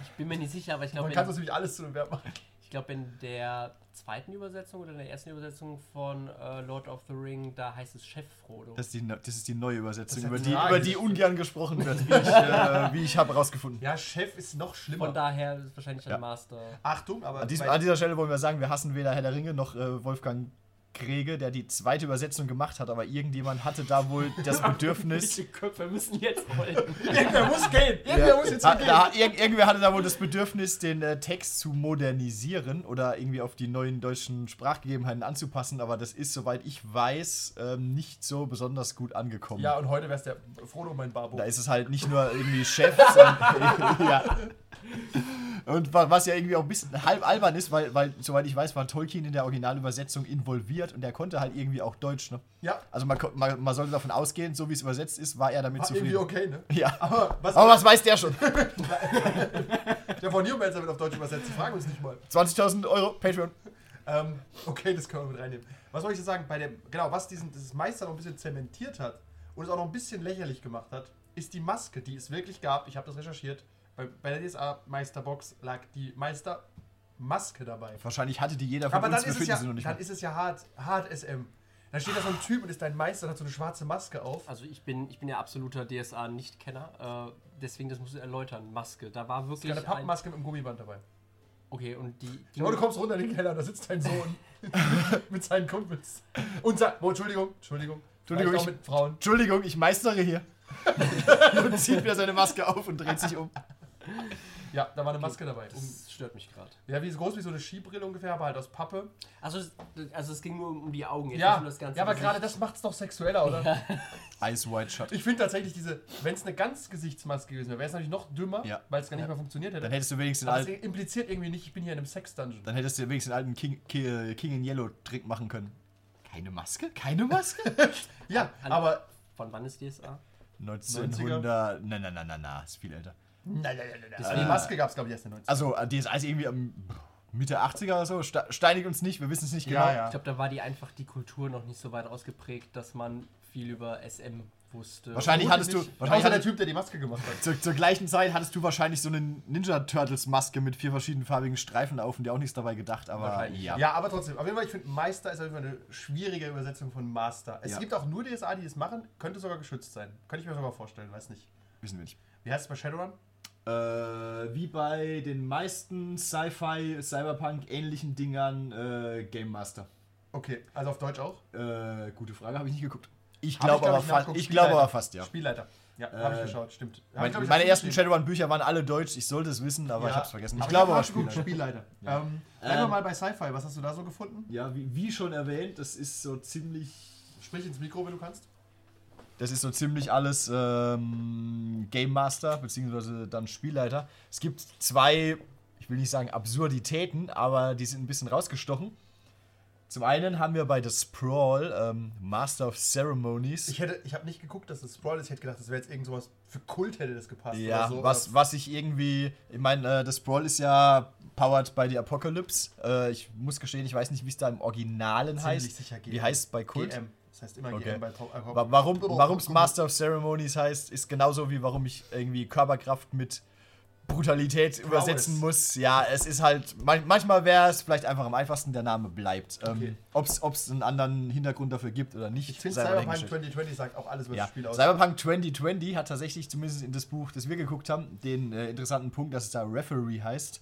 Ich bin mir nicht sicher, aber ich
Man
glaube,
kann das
in,
nämlich alles zu einem Verb machen.
ich glaube, in der zweiten Übersetzung oder in der ersten Übersetzung von äh, Lord of the Ring, da heißt es Chef Frodo.
Das ist die, ne- das ist die neue Übersetzung,
Das
über
ist
die,
tragisch.
über die ungern gesprochen wird, wie ich, äh, wie ich habe rausgefunden.
Ja, Chef ist noch schlimmer.
Von daher ist es wahrscheinlich
Ja.
ein Master.
Achtung, aber
An, diesem,
bei-
an dieser Stelle wollen wir sagen, wir hassen weder Herr der Ringe noch äh, Wolfgang Krege, der die zweite Übersetzung gemacht hat, aber irgendjemand hatte da wohl das Bedürfnis.
Die Köpfe müssen jetzt rollen.
irgendwer muss gehen. Irgendwer
Ja,
muss jetzt
da,
gehen.
da, irg irgendwer hatte da wohl das Bedürfnis, den äh, Text zu modernisieren oder irgendwie auf die neuen deutschen Sprachgegebenheiten anzupassen, aber das ist, soweit ich weiß, ähm, nicht so besonders gut angekommen.
Ja, und heute wär's der Frodo mein Barbo.
Da ist es halt nicht nur irgendwie Chef, sondern. ja. Und wa- was ja irgendwie auch ein bisschen halb albern ist, weil, weil, soweit ich weiß, war Tolkien in der Originalübersetzung involviert und er konnte halt irgendwie auch Deutsch. Ne?
ja,
Also man, ko- man, man sollte davon ausgehen, so wie es übersetzt ist, war er damit
war irgendwie
zufrieden.
okay, ne?
Ja.
Aber was,
Aber was weiß der schon?
der von Newmelzer wird auf Deutsch übersetzt, die fragen uns nicht mal.
20.000 Euro Patreon.
Ähm, okay, das können wir mit reinnehmen. Was soll ich jetzt sagen? Bei dem, genau, was diesen, dieses Meister noch ein bisschen zementiert hat und es auch noch ein bisschen lächerlich gemacht hat, ist die Maske, die es wirklich gab. Ich habe das recherchiert. Bei, bei der DSA Meisterbox lag die Meistermaske dabei.
Wahrscheinlich hatte die jeder von
Aber
uns,
dann
wir
ist, es
finden
ja,
sie noch nicht
dann
mehr.
ist es ja hart, hart SM. Dann steht da so ein Typ und ist dein Meister und hat so eine schwarze Maske auf.
Also ich bin, ich bin ja absoluter DSA-Nicht-Kenner, äh, deswegen das musst du erläutern. Maske, da war wirklich
Keine
ein...
Pappmaske mit einem Gummiband dabei.
Okay, und die... die
Ja, aber du kommst runter in den Keller und da sitzt dein Sohn mit seinen Kumpels. Und sagt, oh, Entschuldigung, Entschuldigung.
Entschuldigung,
Vielleicht auch
ich-
mit Frauen.
Entschuldigung, ich meistere hier. und zieht wieder seine Maske auf und dreht sich um.
Ja, da war eine Maske dabei. Um,
das stört mich gerade.
ja, wie so groß wie so eine Skibrille ungefähr, aber halt aus Pappe.
Also, es- also es ging nur um die Augen, jetzt nicht
Ja,
um das ganze
ja aber
Gesicht.
gerade das macht's doch sexueller, oder?
Ice White Shut.
Ich finde tatsächlich diese, wenn es eine ganz Gesichtsmaske gewesen wäre, wäre es natürlich noch dümmer,
Ja.
weil es gar nicht
Ja.
mehr funktioniert hätte.
Dann halt hättest du wenigstens den
aber es
alten,
impliziert irgendwie nicht, ich bin hier in einem Sex-Dungeon.
dann hättest du wenigstens den alten King, Ki- King in Yellow Trick machen können. Keine Maske? Keine Maske?
Ja, aber.
Von wann ist DSA?
1900. Nein, nein, nein, nein, nein, ist viel älter.
Nein, nein, nein, nein, nein. Die Maske gab's glaube ich, erst in den 90ern.
Also, äh, DSA ist irgendwie am Mitte 80er oder so. Ste- Steinigt uns nicht, wir wissen es nicht genau.
Ich glaube, da war die einfach die Kultur noch nicht so weit ausgeprägt, dass man viel über SM wusste.
Wahrscheinlich hattest du. Wahrscheinlich
Außer der
hattest,
Typ, der die Maske gemacht hat.
zur, zur gleichen Zeit hattest du wahrscheinlich so eine Ninja Turtles Maske mit vier verschiedenfarbigen Streifen auf und dir auch nichts dabei gedacht, aber
Wahrscheinlich,
ja.
Ja, aber trotzdem. Auf jeden Fall, ich finde, Meister ist auf jeden Fall eine schwierige Übersetzung von Master. Es
Ja.
gibt auch nur DSA, die das machen. Könnte sogar geschützt sein. Könnte ich mir sogar vorstellen, weiß nicht.
Wissen wir nicht.
Wie heißt es bei Shadowrun?
Äh, wie bei den meisten Sci-Fi, Cyberpunk ähnlichen Dingern äh, Game Master.
Okay, also auf Deutsch auch?
Äh, gute Frage, habe ich nicht geguckt. Ich
Hab
glaube
glaub
aber, fa
nachgeguckt.
ich glaube
Spielleiter.
aber fast, ja.
Spielleiter. Ja, Ähm, habe ich
Äh,
geschaut, stimmt. Hab
Mein,
ich, glaub ich,
meine
dazu
ersten
geschrieben.
Shadowrun-Bücher waren alle deutsch, ich sollte es wissen, aber ich
Ja,
habe es vergessen. Ich
aber
glaube
hab
aber
nachgeguckt,
Spielleiter.
Spielleiter. Ähm, bleiben wir
Ähm,
mal bei Sci-Fi. Was hast du da so gefunden?
Ja, wie, wie schon erwähnt, das ist so ziemlich.
Sprich ins Mikro, wenn du kannst.
Das ist so ziemlich alles ähm, Game Master, beziehungsweise dann Spielleiter. Es gibt zwei, ich will nicht sagen Absurditäten, aber die sind ein bisschen rausgestochen. Zum einen haben wir bei The Sprawl ähm, Master of Ceremonies.
Ich, hätte- ich habe nicht geguckt, dass das Sprawl ist. Ich hätte gedacht, das wäre jetzt irgend sowas für Kult hätte das gepasst.
Ja,
oder so.
was, was ich irgendwie, ich meine, äh, das Brawl ist ja powered by the Apocalypse. Äh, ich muss gestehen, ich weiß nicht, wie es da im Originalen
Ziemlich
heißt.
sicher GM.
Wie heißt es bei Kult?
GM. Das heißt immer
Okay.
GM bei äh, Top.
Wa- Warum warum es Master of Ceremonies heißt, ist genauso wie warum ich irgendwie Körperkraft mit Brutalität
Genau
übersetzen muss. Ja, es ist halt, man, manchmal wäre es vielleicht einfach am einfachsten, der Name bleibt. Ähm,
Okay.
Ob es einen anderen Hintergrund dafür gibt oder nicht,
Ich finde
sei mal
Cyberpunk
dahingestellt.
2020 sagt auch alles über
Ja.
das Spiel aus.
Cyberpunk 2020 hat tatsächlich, zumindest in das Buch, das wir geguckt haben, den äh, interessanten Punkt, dass es da Referee heißt.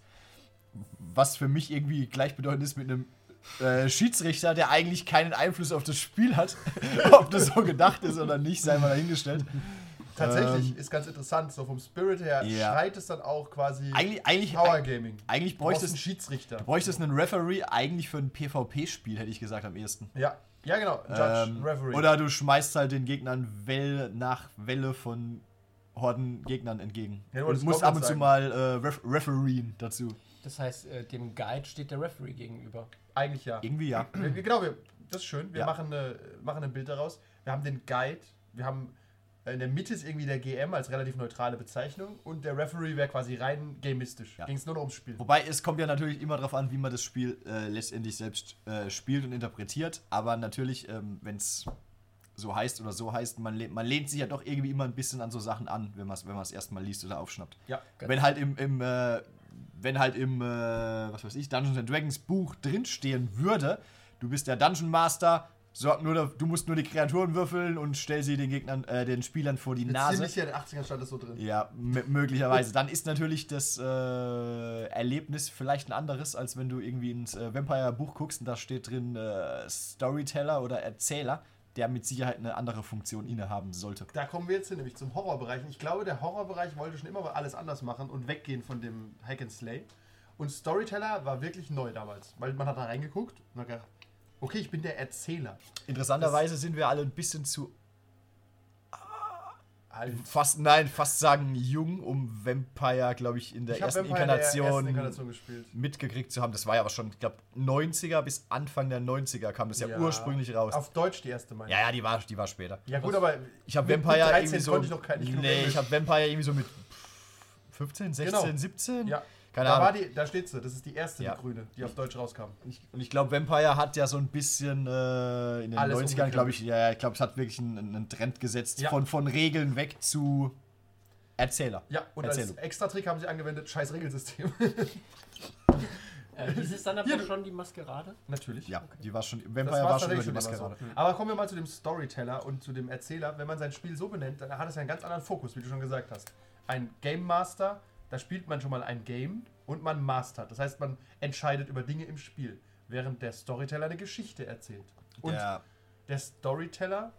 Was für mich irgendwie gleichbedeutend ist mit einem äh, Schiedsrichter, der eigentlich keinen Einfluss auf das Spiel hat. Ob das so gedacht ist oder nicht, sei mal dahingestellt.
Tatsächlich ist ganz interessant, so vom Spirit her
Ja.
schreit es dann auch quasi
Eigentlich, eigentlich,
Power Gaming.
eigentlich
Du brauchst
bräuchte
einen
es,
Schiedsrichter.
bräuchte es einen Referee eigentlich für ein PvP-Spiel, hätte ich gesagt am ehesten.
Ja, ja genau. Judge,
Ähm,
Referee.
Oder du schmeißt halt den Gegnern Welle nach Welle von Horden Gegnern entgegen.
Ja, du
und
wolltest
musst ab und
Goblins
zu
sagen.
mal äh, Ref Refereen dazu.
Das heißt, äh, dem Guide steht der Referee gegenüber.
Eigentlich ja.
Irgendwie ja.
Wir- Genau, wir, das ist schön. Wir
Ja.
machen, eine, machen ein Bild daraus. Wir haben den Guide. Wir haben äh, in der Mitte ist irgendwie der GM als relativ neutrale Bezeichnung und der Referee wäre quasi rein gamistisch.
Ja.
Ging es nur noch ums Spiel.
Wobei es kommt ja natürlich immer darauf an, wie man das Spiel äh, letztendlich selbst äh, spielt und interpretiert. Aber natürlich, ähm, wenn es so heißt oder so heißt, man, lehnt- man lehnt sich ja doch irgendwie immer ein bisschen an so Sachen an, wenn man es wenn man's erstmal liest oder aufschnappt.
Ja,
Genau.
Wenn halt im, im äh, wenn halt im, äh, was weiß ich, Dungeons and Dragons Buch drinstehen würde, du bist der Dungeon Master, sorg nur, da- du musst nur die Kreaturen würfeln und stell sie den Gegnern, äh, den Spielern vor die Nase.
ziemlich hier in den 80ern stand das so drin.
Ja, m- möglicherweise. Dann ist natürlich das äh, Erlebnis vielleicht ein anderes, als wenn du irgendwie ins äh, Vampire-Buch guckst und da steht drin äh, Storyteller oder Erzähler, der mit Sicherheit eine andere Funktion innehaben sollte.
Da kommen wir jetzt hin, nämlich zum Horrorbereich. Und Ich glaube, der Horrorbereich wollte schon immer alles anders machen und weggehen von dem Hack and Slay. Und Storyteller war wirklich neu damals, weil man hat da reingeguckt und hat gedacht, okay, ich bin der Erzähler.
Interessanterweise sind wir alle ein bisschen zu ah,
Alt.
fast, nein, fast sagen jung, um Vampire, glaube ich, in der,
hab
ersten
Vampire in der
Inkarnation,
ersten Inkarnation gespielt.
mitgekriegt zu haben. Das war ja aber schon, ich glaube, 90er bis Anfang der 90er kam das ja, ursprünglich raus.
Auf Deutsch die erste Mal.
ja, ja, die war, die war später.
Ja gut, aber
Ich habe
mit- mit
Vampire
13
irgendwie so.
konnte ich noch kein, genug
nee,
Englisch.
ich habe Vampire irgendwie so mit 15, 16,
Genau.
17.
ja.
Keine
da
Ahnung.
War die, da steht sie, das ist die erste,
Ja.
die grüne, die auf Deutsch rauskam.
Und ich glaube, Vampire hat ja so ein bisschen äh, in den
Alles
90ern, glaube
umgekrempelt.
ich, ja, ja, ich glaube, es hat wirklich einen, einen Trend gesetzt
Ja.
von, von Regeln weg zu Erzähler.
Ja, und
Erzählung.
als Extra-Trick haben sie angewendet, scheiß Regelsystem.
Äh, ist es dann aber
Hier, du-
schon die Maskerade?
Natürlich.
Ja, die war schon. Vampire
Das
war
war's
schon über
tatsächlich
die
schon also.
Maskerade.
immer so. Aber kommen wir mal zu dem Storyteller und zu dem Erzähler. Wenn man sein Spiel so benennt, dann hat es ja einen ganz anderen Fokus, wie du schon gesagt hast. Ein Game Master, da spielt man schon mal ein Game und man mastert. Das heißt, man entscheidet über Dinge im Spiel, während der Storyteller eine Geschichte erzählt. Und
ja,
der Storyteller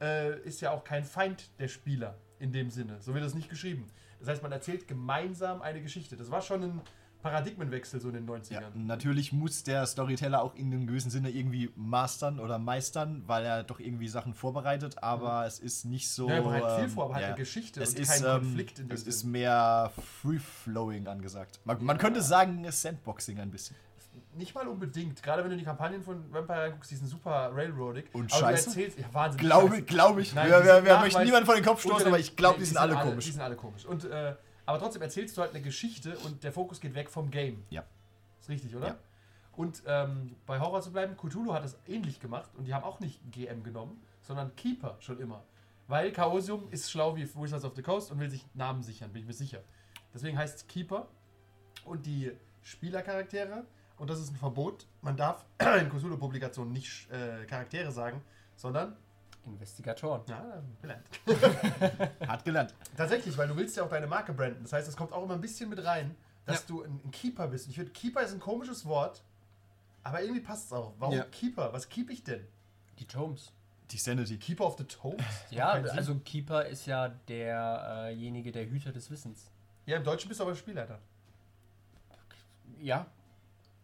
äh, ist ja auch kein Feind der Spieler in dem Sinne. So wird es nicht geschrieben. Das heißt, man erzählt gemeinsam eine Geschichte. Das war schon ein Paradigmenwechsel so in den 90ern.
ja, natürlich muss der Storyteller auch in einem gewissen Sinne irgendwie mastern oder meistern, weil er doch irgendwie Sachen vorbereitet, aber es ist nicht so.
Mhm. Ja, er bereitet viel
ähm,
vor, aber halt eine Geschichte
es
und
ist,
keinen
ähm,
Konflikt in dem
Es ist
Sinn.
mehr Free-Flowing angesagt. Man, man könnte sagen, Sandboxing ein bisschen.
Nicht mal unbedingt. Gerade wenn du die Kampagnen von Vampire anguckst, die sind super railroadig.
Und
aber
scheiße?
Du erzählst, ja, wahnsinnig
Glaube,
scheiße.
glaube ich.
Nein,
wir
die
wir,
sind
wir möchten
nachweis-
niemanden vor den Kopf
unter
stoßen,
dem-
aber ich glaube,
Nee,
die sind alle
Die
komisch.
sind alle komisch. Und, äh, aber trotzdem erzählst du halt eine Geschichte und der Fokus geht weg vom Game.
Ja.
Ist richtig, oder?
Ja.
Und ähm, bei Horror zu bleiben, Cthulhu hat das ähnlich gemacht und die haben auch nicht GM genommen, sondern Keeper schon immer. Weil Chaosium ist schlau wie Wizards of the Coast und will sich Namen sichern, bin ich mir sicher. Deswegen heißt es Keeper und die Spielercharaktere, und das ist ein Verbot, man darf in Cthulhu-Publikationen nicht äh, Charaktere sagen, sondern,
Investigatoren.
ja, gelernt.
Hat gelernt.
Tatsächlich, weil du willst ja auch deine Marke branden. Das heißt, es kommt auch immer ein bisschen mit rein, dass du ein, ein Keeper bist. Und ich finde, Keeper ist ein komisches Wort, aber irgendwie passt es auch. Warum
Ja.
Keeper? Was keep ich denn?
Die Tomes.
Die Sanity.
Keeper of the Tomes?
Ja,
keinen Sinn.
also Keeper ist ja derjenige, der Hüter des Wissens.
Ja, im Deutschen bist du aber Spielleiter.
Ja.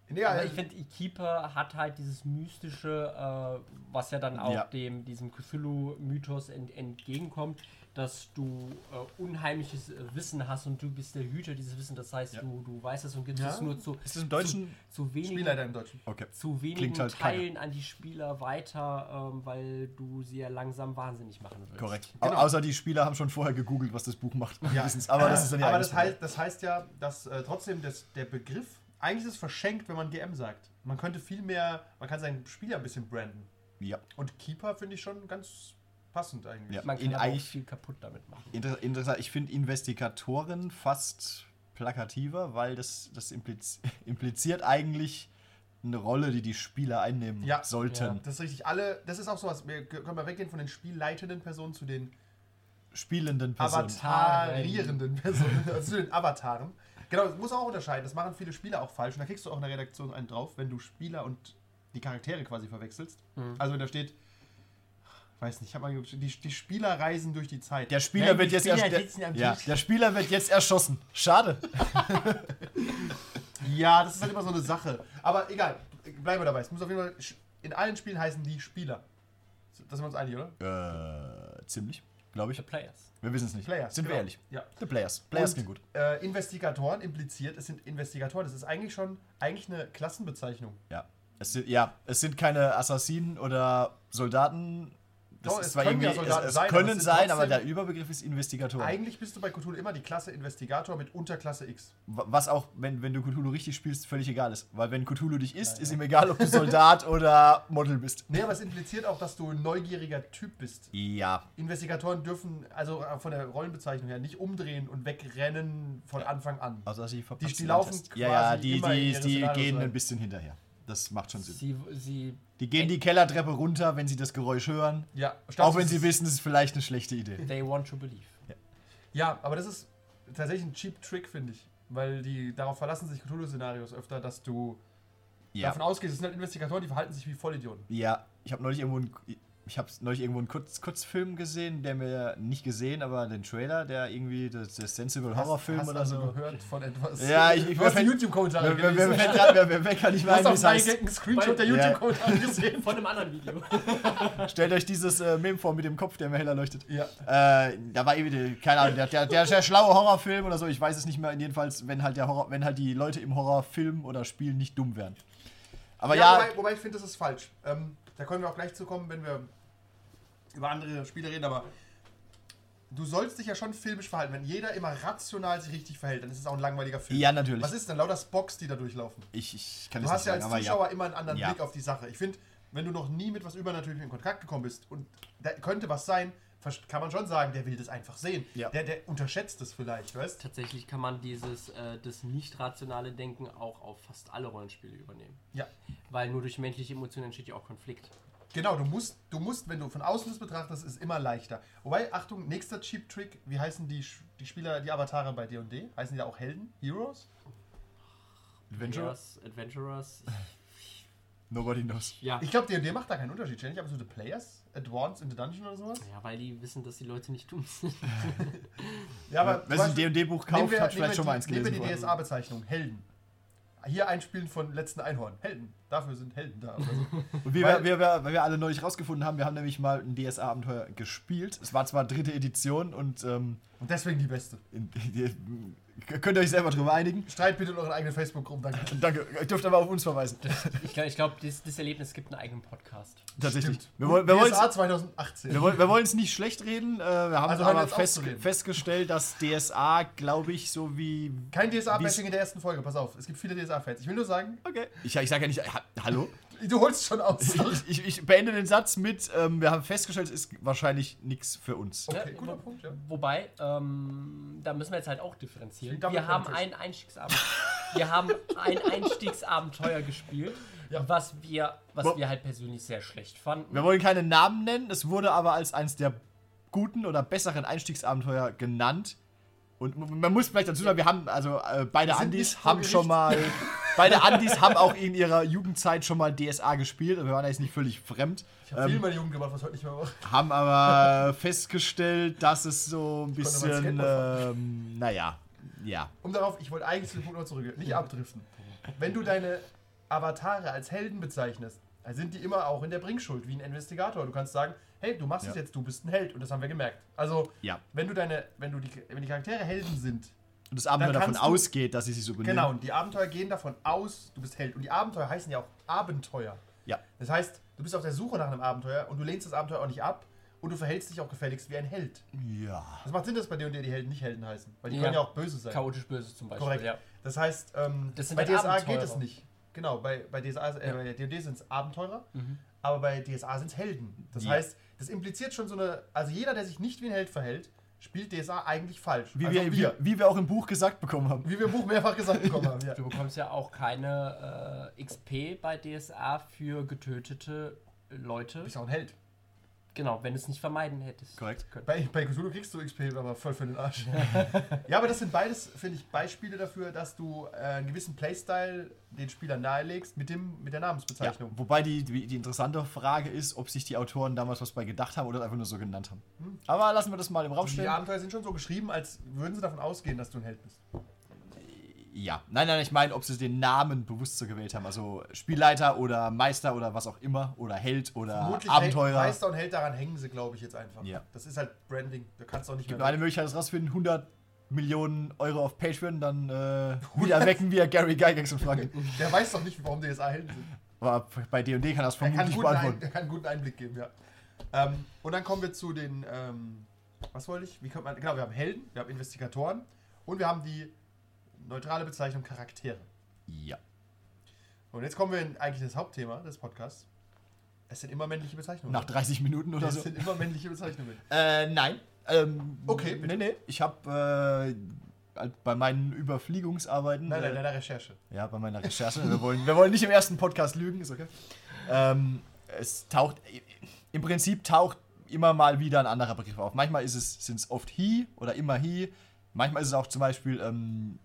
Nee,
Aber
also-
ich finde, Keeper hat halt dieses mystische, äh, was ja dann auch
Ja.
dem diesem Cthulhu-Mythos ent, entgegenkommt, dass du äh, unheimliches äh, Wissen hast und du bist der Hüter dieses Wissens. Das heißt,
Ja.
du, du weißt es und gibst
Ja.
es nur zu,
Ist es im Deutschen?
zu, zu wenigen
Spielleiter im Deutschen.
Okay.
zu wenigen
Klingt halt keiner.
Teilen an die Spieler weiter, ähm, weil du sie ja langsam wahnsinnig machen willst.
Korrekt.
Genau.
Au- Außer die Spieler haben schon vorher gegoogelt, was das Buch macht.
Ja.
Wissen's. Aber das ist dann ja
aber
eigentlich-
das, heißt, das heißt ja, dass äh, trotzdem das, der Begriff, eigentlich ist es verschenkt, wenn man GM sagt. Man könnte viel mehr, man kann sein Spiel ja ein bisschen branden.
Ja.
Und Keeper finde ich schon ganz passend eigentlich.
Ja.
Man
In
kann aber auch
eigentlich-
viel kaputt damit machen.
Inter interessant. Ich finde Investigatoren fast plakativer, weil das, das impliz impliziert eigentlich eine Rolle, die die Spieler einnehmen
Ja.
sollten.
Das ist richtig. Alle, das ist auch sowas. Wir g- können mal weggehen von den spielleitenden Personen zu den
Spielenden Personen.
avatarierenden Personen, also zu den Avataren. Genau, das muss man auch unterscheiden. Das machen viele Spieler auch falsch. Und da kriegst du auch in der Redaktion einen drauf, wenn du Spieler und die Charaktere quasi verwechselst.
Mhm.
Also wenn da steht, ich weiß nicht, ich habe mal geguckt, die, die Spieler reisen durch die Zeit.
Der Spieler
Nein, die
wird jetzt
Spieler
ersch- der-
sitzen am
ja,
Tisch.
der Spieler wird jetzt erschossen. Schade.
ja, das ist halt immer so eine Sache. Aber egal, bleiben wir dabei. Es muss auf jeden Fall sch- in allen Spielen heißen die Spieler. Das sind wir uns einig, oder?
Äh, ziemlich. Glaube
The
ich.
Players.
Wir wissen es nicht.
Players,
Sind wir
genau.
ehrlich.
Ja.
The Players. Players
Und,
ging gut.
Äh, Investigatoren impliziert, es sind Investigatoren. Das ist eigentlich schon eigentlich eine Klassenbezeichnung.
Ja. Es sind, ja, es sind keine Assassinen oder Soldaten. Das
Doch,
ist
es
zwar
können
irgendwie,
ja Soldaten
es, es
sein, aber
können
es sind
sein, aber
trotzdem-
der Überbegriff ist Investigator.
Eigentlich bist du bei Cthulhu immer die Klasse Investigator mit Unterklasse X.
Was auch, wenn, wenn du Cthulhu richtig spielst, völlig egal ist. Weil wenn Cthulhu dich isst, ist ihm egal, ob du Soldat oder Model bist.
Nee, aber es impliziert auch, dass du ein neugieriger Typ bist.
Ja.
Investigatoren dürfen, also äh, von der Rollenbezeichnung her, nicht umdrehen und wegrennen von Anfang an.
Also sie verpassen
die
den
laufen
Test.
quasi
Ja, ja, die,
immer in
die,
ihre
die
Szenarios
gehen
rein.
ein bisschen hinterher. Das macht schon Sinn.
Sie, sie
Die gehen die Kellertreppe runter, wenn sie das Geräusch hören.
Ja,
Auch
statt-
wenn sie wissen, es ist vielleicht eine schlechte Idee.
They want to believe.
Ja, aber das ist tatsächlich ein cheap Trick, finde ich. Weil die darauf verlassen sich Cthulhu-Szenarios öfter, dass du
Ja.
davon ausgehst, es sind halt Investigatoren, die verhalten sich wie Vollidioten.
Ja, ich habe neulich irgendwo einen, ich habe neulich irgendwo einen Kurz, Kurzfilm gesehen, der mir nicht gesehen, aber den Trailer, der irgendwie das, das Sensible Horrorfilm
hast
oder
also
so.
gehört von etwas.
Ja, ich- ich-
du hast die
wenn-
YouTube-Kommentare
Wer- wer- wer-
gelesen.
wer- wer- wer- wer- Wer kann nicht
Du hast
meinen, wie
auf
es
Nein einen
heißt?
Screenshot der
Ja.
YouTube-Kommentare gesehen.
Von einem anderen Video.
Stellt euch dieses äh, Meme vor mit dem Kopf, der mir heller leuchtet.
Ja.
Äh, da war irgendwie, der- keine Ahnung, der, der, der, der schlaue Horrorfilm oder so, ich weiß es nicht mehr. Jedenfalls, wenn halt, der Horror, wenn halt die Leute im Horrorfilm oder Spiel nicht dumm wären. Aber ja,
Ja, wobei, wobei ich finde, das ist falsch. Ähm, da können wir auch gleich zu kommen, wenn wir über andere Spiele reden, aber du sollst dich ja schon filmisch verhalten. Wenn jeder immer rational sich richtig verhält, dann ist es auch ein langweiliger Film.
Ja, natürlich.
Was ist denn lauter Box, die da durchlaufen?
ich, ich kann
Du
das
hast
nicht
ja
sagen,
als
aber
Zuschauer immer einen anderen
Ja.
Blick auf die Sache. Ich finde, wenn du noch nie mit was Übernatürlichem in Kontakt gekommen bist und da könnte was sein, vers- kann man schon sagen, der will das einfach sehen.
Ja.
Der, der unterschätzt es vielleicht, weißt du?
Tatsächlich kann man dieses äh, das nicht rationale Denken auch auf fast alle Rollenspiele übernehmen.
Ja.
Weil nur durch menschliche Emotionen entsteht ja auch Konflikt.
Genau, du musst, du musst, wenn du von außen das betrachtest, ist immer leichter. Wobei, Achtung, nächster Cheap Trick, wie heißen die, Sch- die Spieler, die Avatare bei D&D? Heißen die ja auch Helden? Heroes?
ja. Adventure?
Players, Adventurers.
Nobody knows.
Ja.
Ich glaube, D&D macht da keinen Unterschied, ständig, aber so The Players, Advanced in the Dungeon oder sowas?
Ja, weil die wissen, dass die Leute nicht dumm sind.
Ja, aber
Wer
zum
sich ein
Beispiel-
D&D-Buch
nehmen
kauft,
wir- nehmen wir
hat vielleicht schon mal
die-
eins
Nehmen
gelesen.
wir die
vorher.
DSA-Bezeichnung, Helden. Hier einspielen von Letzten Einhorn, Helden. Dafür sind Helden da. Also, Oder so.
Und wie
Weil-
wir, wir, wir, weil wir alle neulich rausgefunden haben, wir haben nämlich mal ein DSA-Abenteuer gespielt. Es war zwar dritte Edition und ähm,
Und deswegen die Beste.
in- ihr könnt euch selber drüber einigen.
Streit bitte in euren eigenen Facebook-Gruppen, danke.
Danke, ihr dürft aber auf uns verweisen.
Ich glaube, ich glaub, dieses, dieses Erlebnis gibt einen eigenen Podcast.
Tatsächlich.
Stimmt.
Wir, wollen- wir wollen
DSA 2018.
wir wollen wir wollen es nicht schlecht reden. Äh, wir haben
Also hören wir
aber
jetzt auf
fest,
zu reden.
festgestellt, dass DSA, glaube ich, so wie.
Kein
Wie's-
DSA-Bashing in der ersten Folge, pass auf. Es gibt viele DSA-Fans. Ich will nur sagen,
Okay. Ich, ich sage ja nicht. Ha, hallo?
du holst schon aus.
ich, ich, ich beende den Satz mit: ähm, Wir haben festgestellt, es ist wahrscheinlich nichts für uns.
Okay,
Ja,
guter
wo-
Punkt, ja.
Wobei, ähm, da müssen wir jetzt halt auch differenzieren.
Damit
Wir haben
fertig.
ein Einstiegsabenteuer. wir haben ein Einstiegsabenteuer gespielt,
Ja.
was wir, was
Wo-
wir halt persönlich sehr schlecht fanden.
Wir wollen keine Namen nennen, es wurde aber als eines der guten oder besseren Einstiegsabenteuer genannt. Und m- man muss vielleicht dazu sagen, wir haben, also äh, beide
sind nicht
Andis
vor
haben
Gericht.
schon mal, beide Andis haben auch in ihrer Jugendzeit schon mal DSA gespielt. Wir waren da jetzt nicht völlig fremd.
Ich habe viel
Ähm,
meine Jugend gemacht, was heute nicht mehr mache.
haben aber festgestellt, dass es so ein
konnte mal ins
bisschen,
Skateboard
ähm, naja, ja.
Um darauf, ich wollte eigentlich zu dem Punkt noch zurück, nicht abdriften. Wenn du deine Avatare als Helden bezeichnest, dann sind die immer auch in der Bringschuld, wie ein Investigator. Du kannst sagen, hey, du machst es
Ja.
jetzt, du bist ein Held. Und das haben wir gemerkt. Also,
Ja.
wenn du deine, wenn du die, wenn die Charaktere Helden sind,
Und das Abenteuer
Dann
davon
kannst du-
ausgeht, dass sie sich so benehmen.
genau, und die Abenteuer gehen davon aus, du bist Held. Und die Abenteuer heißen ja auch Abenteuer.
Ja.
Das heißt, du bist auf der Suche nach einem Abenteuer und du lehnst das Abenteuer auch nicht ab und du verhältst dich auch gefälligst wie ein Held.
Ja.
Das macht Sinn, dass bei D&D die Helden nicht Helden heißen, weil die
Ja.
können ja auch böse sein.
Chaotisch böse zum Beispiel.
Korrekt.
Ja.
Das heißt, ähm,
Das sind
bei
dann
DSA geht
Abenteurer.
es nicht. Genau, bei, bei DSA, äh,
Ja. Mhm.
bei D&D sind es Abenteurer, aber bei DSA sind es Helden. Das
Ja.
heißt, das impliziert schon so eine, also jeder, der sich nicht wie ein Held verhält, spielt DSA eigentlich falsch.
Wie,
also
wir, wir, wie wir auch im Buch gesagt bekommen haben.
Wie wir im Buch mehrfach gesagt bekommen haben, ja.
Du bekommst ja auch keine äh, XP bei DSA für getötete Leute.
Du bist auch ein Held.
Genau, wenn du es nicht vermeiden hättest.
Korrekt.
können.
Bei, bei Cthulhu kriegst du XP, aber voll für den Arsch. ja, aber das sind beides, finde ich, Beispiele dafür, dass du äh, einen gewissen Playstyle den Spielern nahelegst mit, dem, mit der
Ja,
Namensbezeichnung.
wobei die, die, die interessante Frage ist, ob sich die Autoren damals was bei gedacht haben oder es einfach nur so genannt haben. Aber lassen wir das mal im Raum
Hm. Also Die
stehen.
Abenteuer sind schon so geschrieben, als würden sie davon ausgehen, dass du ein Held bist.
Ja. Nein, nein, ich meine, ob sie den Namen bewusst so gewählt haben. Also Spielleiter oder Meister oder was auch immer. Oder Held oder
hält,
Abenteurer.
Meister und Held daran hängen sie, glaube ich, jetzt einfach.
Ja.
Das ist halt Branding. Da kannst du auch nicht
Gibt
mehr.
nur eine Möglichkeit, das rauszufinden. 100 Millionen Euro auf Patreon, dann äh, wieder wecken wir Gary Geigex und fragen. ihn.
Der weiß doch nicht, warum die SA Helden sind.
Aber bei D&D kann das
Er kann,
vermutlich
guten Ein,
beantworten.
er kann einen guten Einblick geben, ja. Ähm, und dann kommen wir zu den, ähm, was wollte ich? Wie kommt man, genau, wir haben Helden, wir haben Investigatoren und wir haben die neutrale Bezeichnung Charaktere.
Ja.
Und jetzt kommen wir in eigentlich das Hauptthema des Podcasts. Es sind immer männliche Bezeichnungen.
Nach also- 30 Minuten oder
es
so.
sind immer männliche Bezeichnungen.
Äh, nein. Ähm,
Okay,
Nee, nee. Ich habe äh, halt bei meinen Überfliegungsarbeiten.
Nein, nein,
äh,
nein, der Recherche.
Ja, bei meiner Recherche. wir, wollen, wir wollen nicht im ersten Podcast lügen, ist okay. Ähm, es taucht. Im Prinzip taucht immer mal wieder ein anderer Begriff auf. Manchmal sind es sind's oft he oder immer he. Manchmal ist es auch zum Beispiel ähm,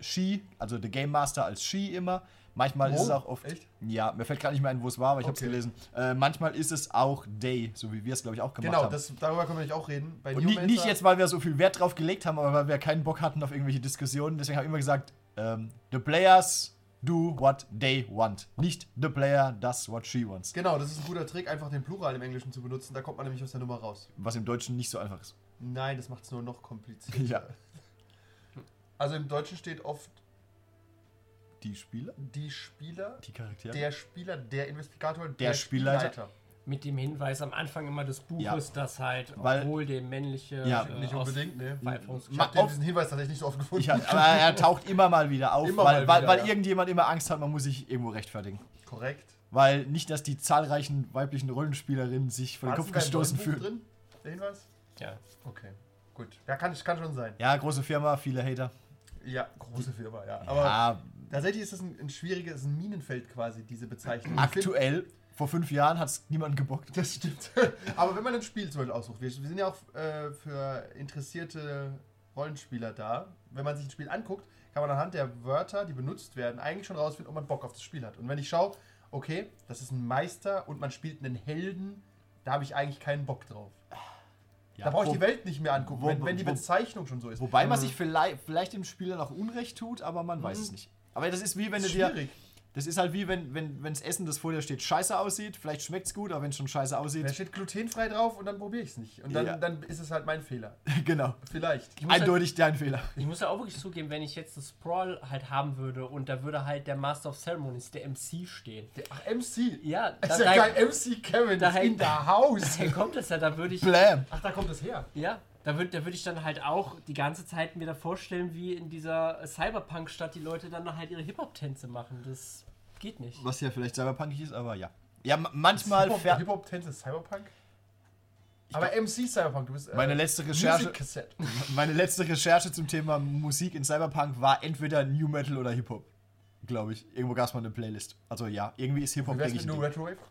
she, also der Game Master als she immer. Manchmal ist
Oh,
es auch oft.
echt?
Ja, mir fällt gerade nicht mehr ein, wo es war, aber ich habe
Okay.
es gelesen. Äh, manchmal ist es auch they, so wie wir es, glaube ich, auch gemacht
Genau,
haben.
das, darüber können wir nicht auch reden. Bei
Und nicht, nicht
Newmancer-
jetzt, weil wir so viel Wert drauf gelegt haben, aber weil wir keinen Bock hatten auf irgendwelche Diskussionen. Deswegen habe ich immer gesagt, ähm, the players do what they want. Nicht the player does what she wants.
Genau, das ist ein guter Trick, einfach den Plural im Englischen zu benutzen. Da kommt man nämlich aus der Nummer raus.
Was im Deutschen nicht so einfach ist.
Nein, das macht es nur noch komplizierter.
Ja.
Also im Deutschen steht oft
Die Spieler?
die Spieler,
Die Charaktere?
der Spieler, der Investigator, der,
Spielleiter.
Mit dem Hinweis am Anfang immer des Buches,
Ja.
dass halt,
Weil-
obwohl der männliche. äh,
Ja,
Nicht
aus-
unbedingt, ne?
Weifungs-
Ich
Mhm. Ma-
habe den
auf-
diesen Hinweis tatsächlich nicht so oft gefunden.
ich hab, aber er taucht immer mal wieder auf,
Immer
weil,
mal
weil,
wieder,
weil
ja.
irgendjemand immer Angst hat, man muss sich irgendwo rechtfertigen.
Korrekt.
Weil nicht, dass die zahlreichen weiblichen Rollenspielerinnen sich vor den
War
Kopf
das in deinem
gestoßen
Buch
fühlen.
drin, der Hinweis?
Ja.
Okay, gut. Ja, kann, kann schon sein.
Ja, große Firma, viele Hater. Ah,
Ja, große Firma, ja. Aber
ja,
tatsächlich ist es ein, ein schwieriges ein Minenfeld quasi, diese Bezeichnung.
aktuell, vor fünf Jahren hat es niemand gebockt.
Das stimmt. Aber wenn man ein Spiel zum Beispiel aussucht, wir, wir sind ja auch äh, für interessierte Rollenspieler da. Wenn man sich ein Spiel anguckt, kann man anhand der Wörter, die benutzt werden, eigentlich schon rausfinden, ob man Bock auf das Spiel hat. Und wenn ich schaue, okay, das ist ein Meister und man spielt einen Helden, da habe ich eigentlich keinen Bock drauf. da brauche ich
Wo-
die Welt nicht mehr angucken,
wo-
wenn, wenn die
wo-
Bezeichnung schon so ist.
Wobei man sich vielleicht, vielleicht dem Spieler noch Unrecht tut, aber man weiß es nicht. Aber das ist wie
Das
wenn du
ist
dir.
Mhm. schwierig.
Das ist halt wie wenn, wenn wenn's Essen, das vor dir steht, scheiße aussieht. Vielleicht schmeckt es gut, aber wenn es schon scheiße
Da
aussieht.
steht glutenfrei drauf und dann probiere ich es nicht. Und dann,
Ja.
dann ist es halt mein Fehler.
genau.
Vielleicht.
Ich muss halt-
Eindeutig dein Fehler.
Ich muss ja auch wirklich zugeben, wenn ich jetzt das Sprawl halt haben würde und da würde halt der Master of Ceremonies, der MC, stehen.
Ach, MC.
Ja,
Das ist
da-
ja
da-
geil. MC Kevin
da
ist
hängt-
in der Haus.
Hey, kommt das ja, da würde ich.
Blam.
Ach, da kommt das her.
Ja, da würde da würd ich dann halt auch die ganze Zeit mir da vorstellen, wie in dieser Cyberpunk-Stadt die Leute dann halt ihre Hip-Hop-Tänze machen. Das geht nicht.
Was ja vielleicht cyberpunkig ist, aber ja. Ja, ma- manchmal
Hip-Hop-
fährt.
Hip-Hop-Tänze ist Cyberpunk? Aber MC Cyberpunk, du bist. Äh,
Meine letzte Recherche-
Musikkassette.
Meine letzte Recherche zum Thema Musik in Cyberpunk war entweder New Metal oder Hip-Hop. Glaube ich. Irgendwo gab es mal eine Playlist. Also ja, irgendwie ist Hip-Hop,
Wie wär's
denke ich.
mit
ein
New
Ding.
Retrowave?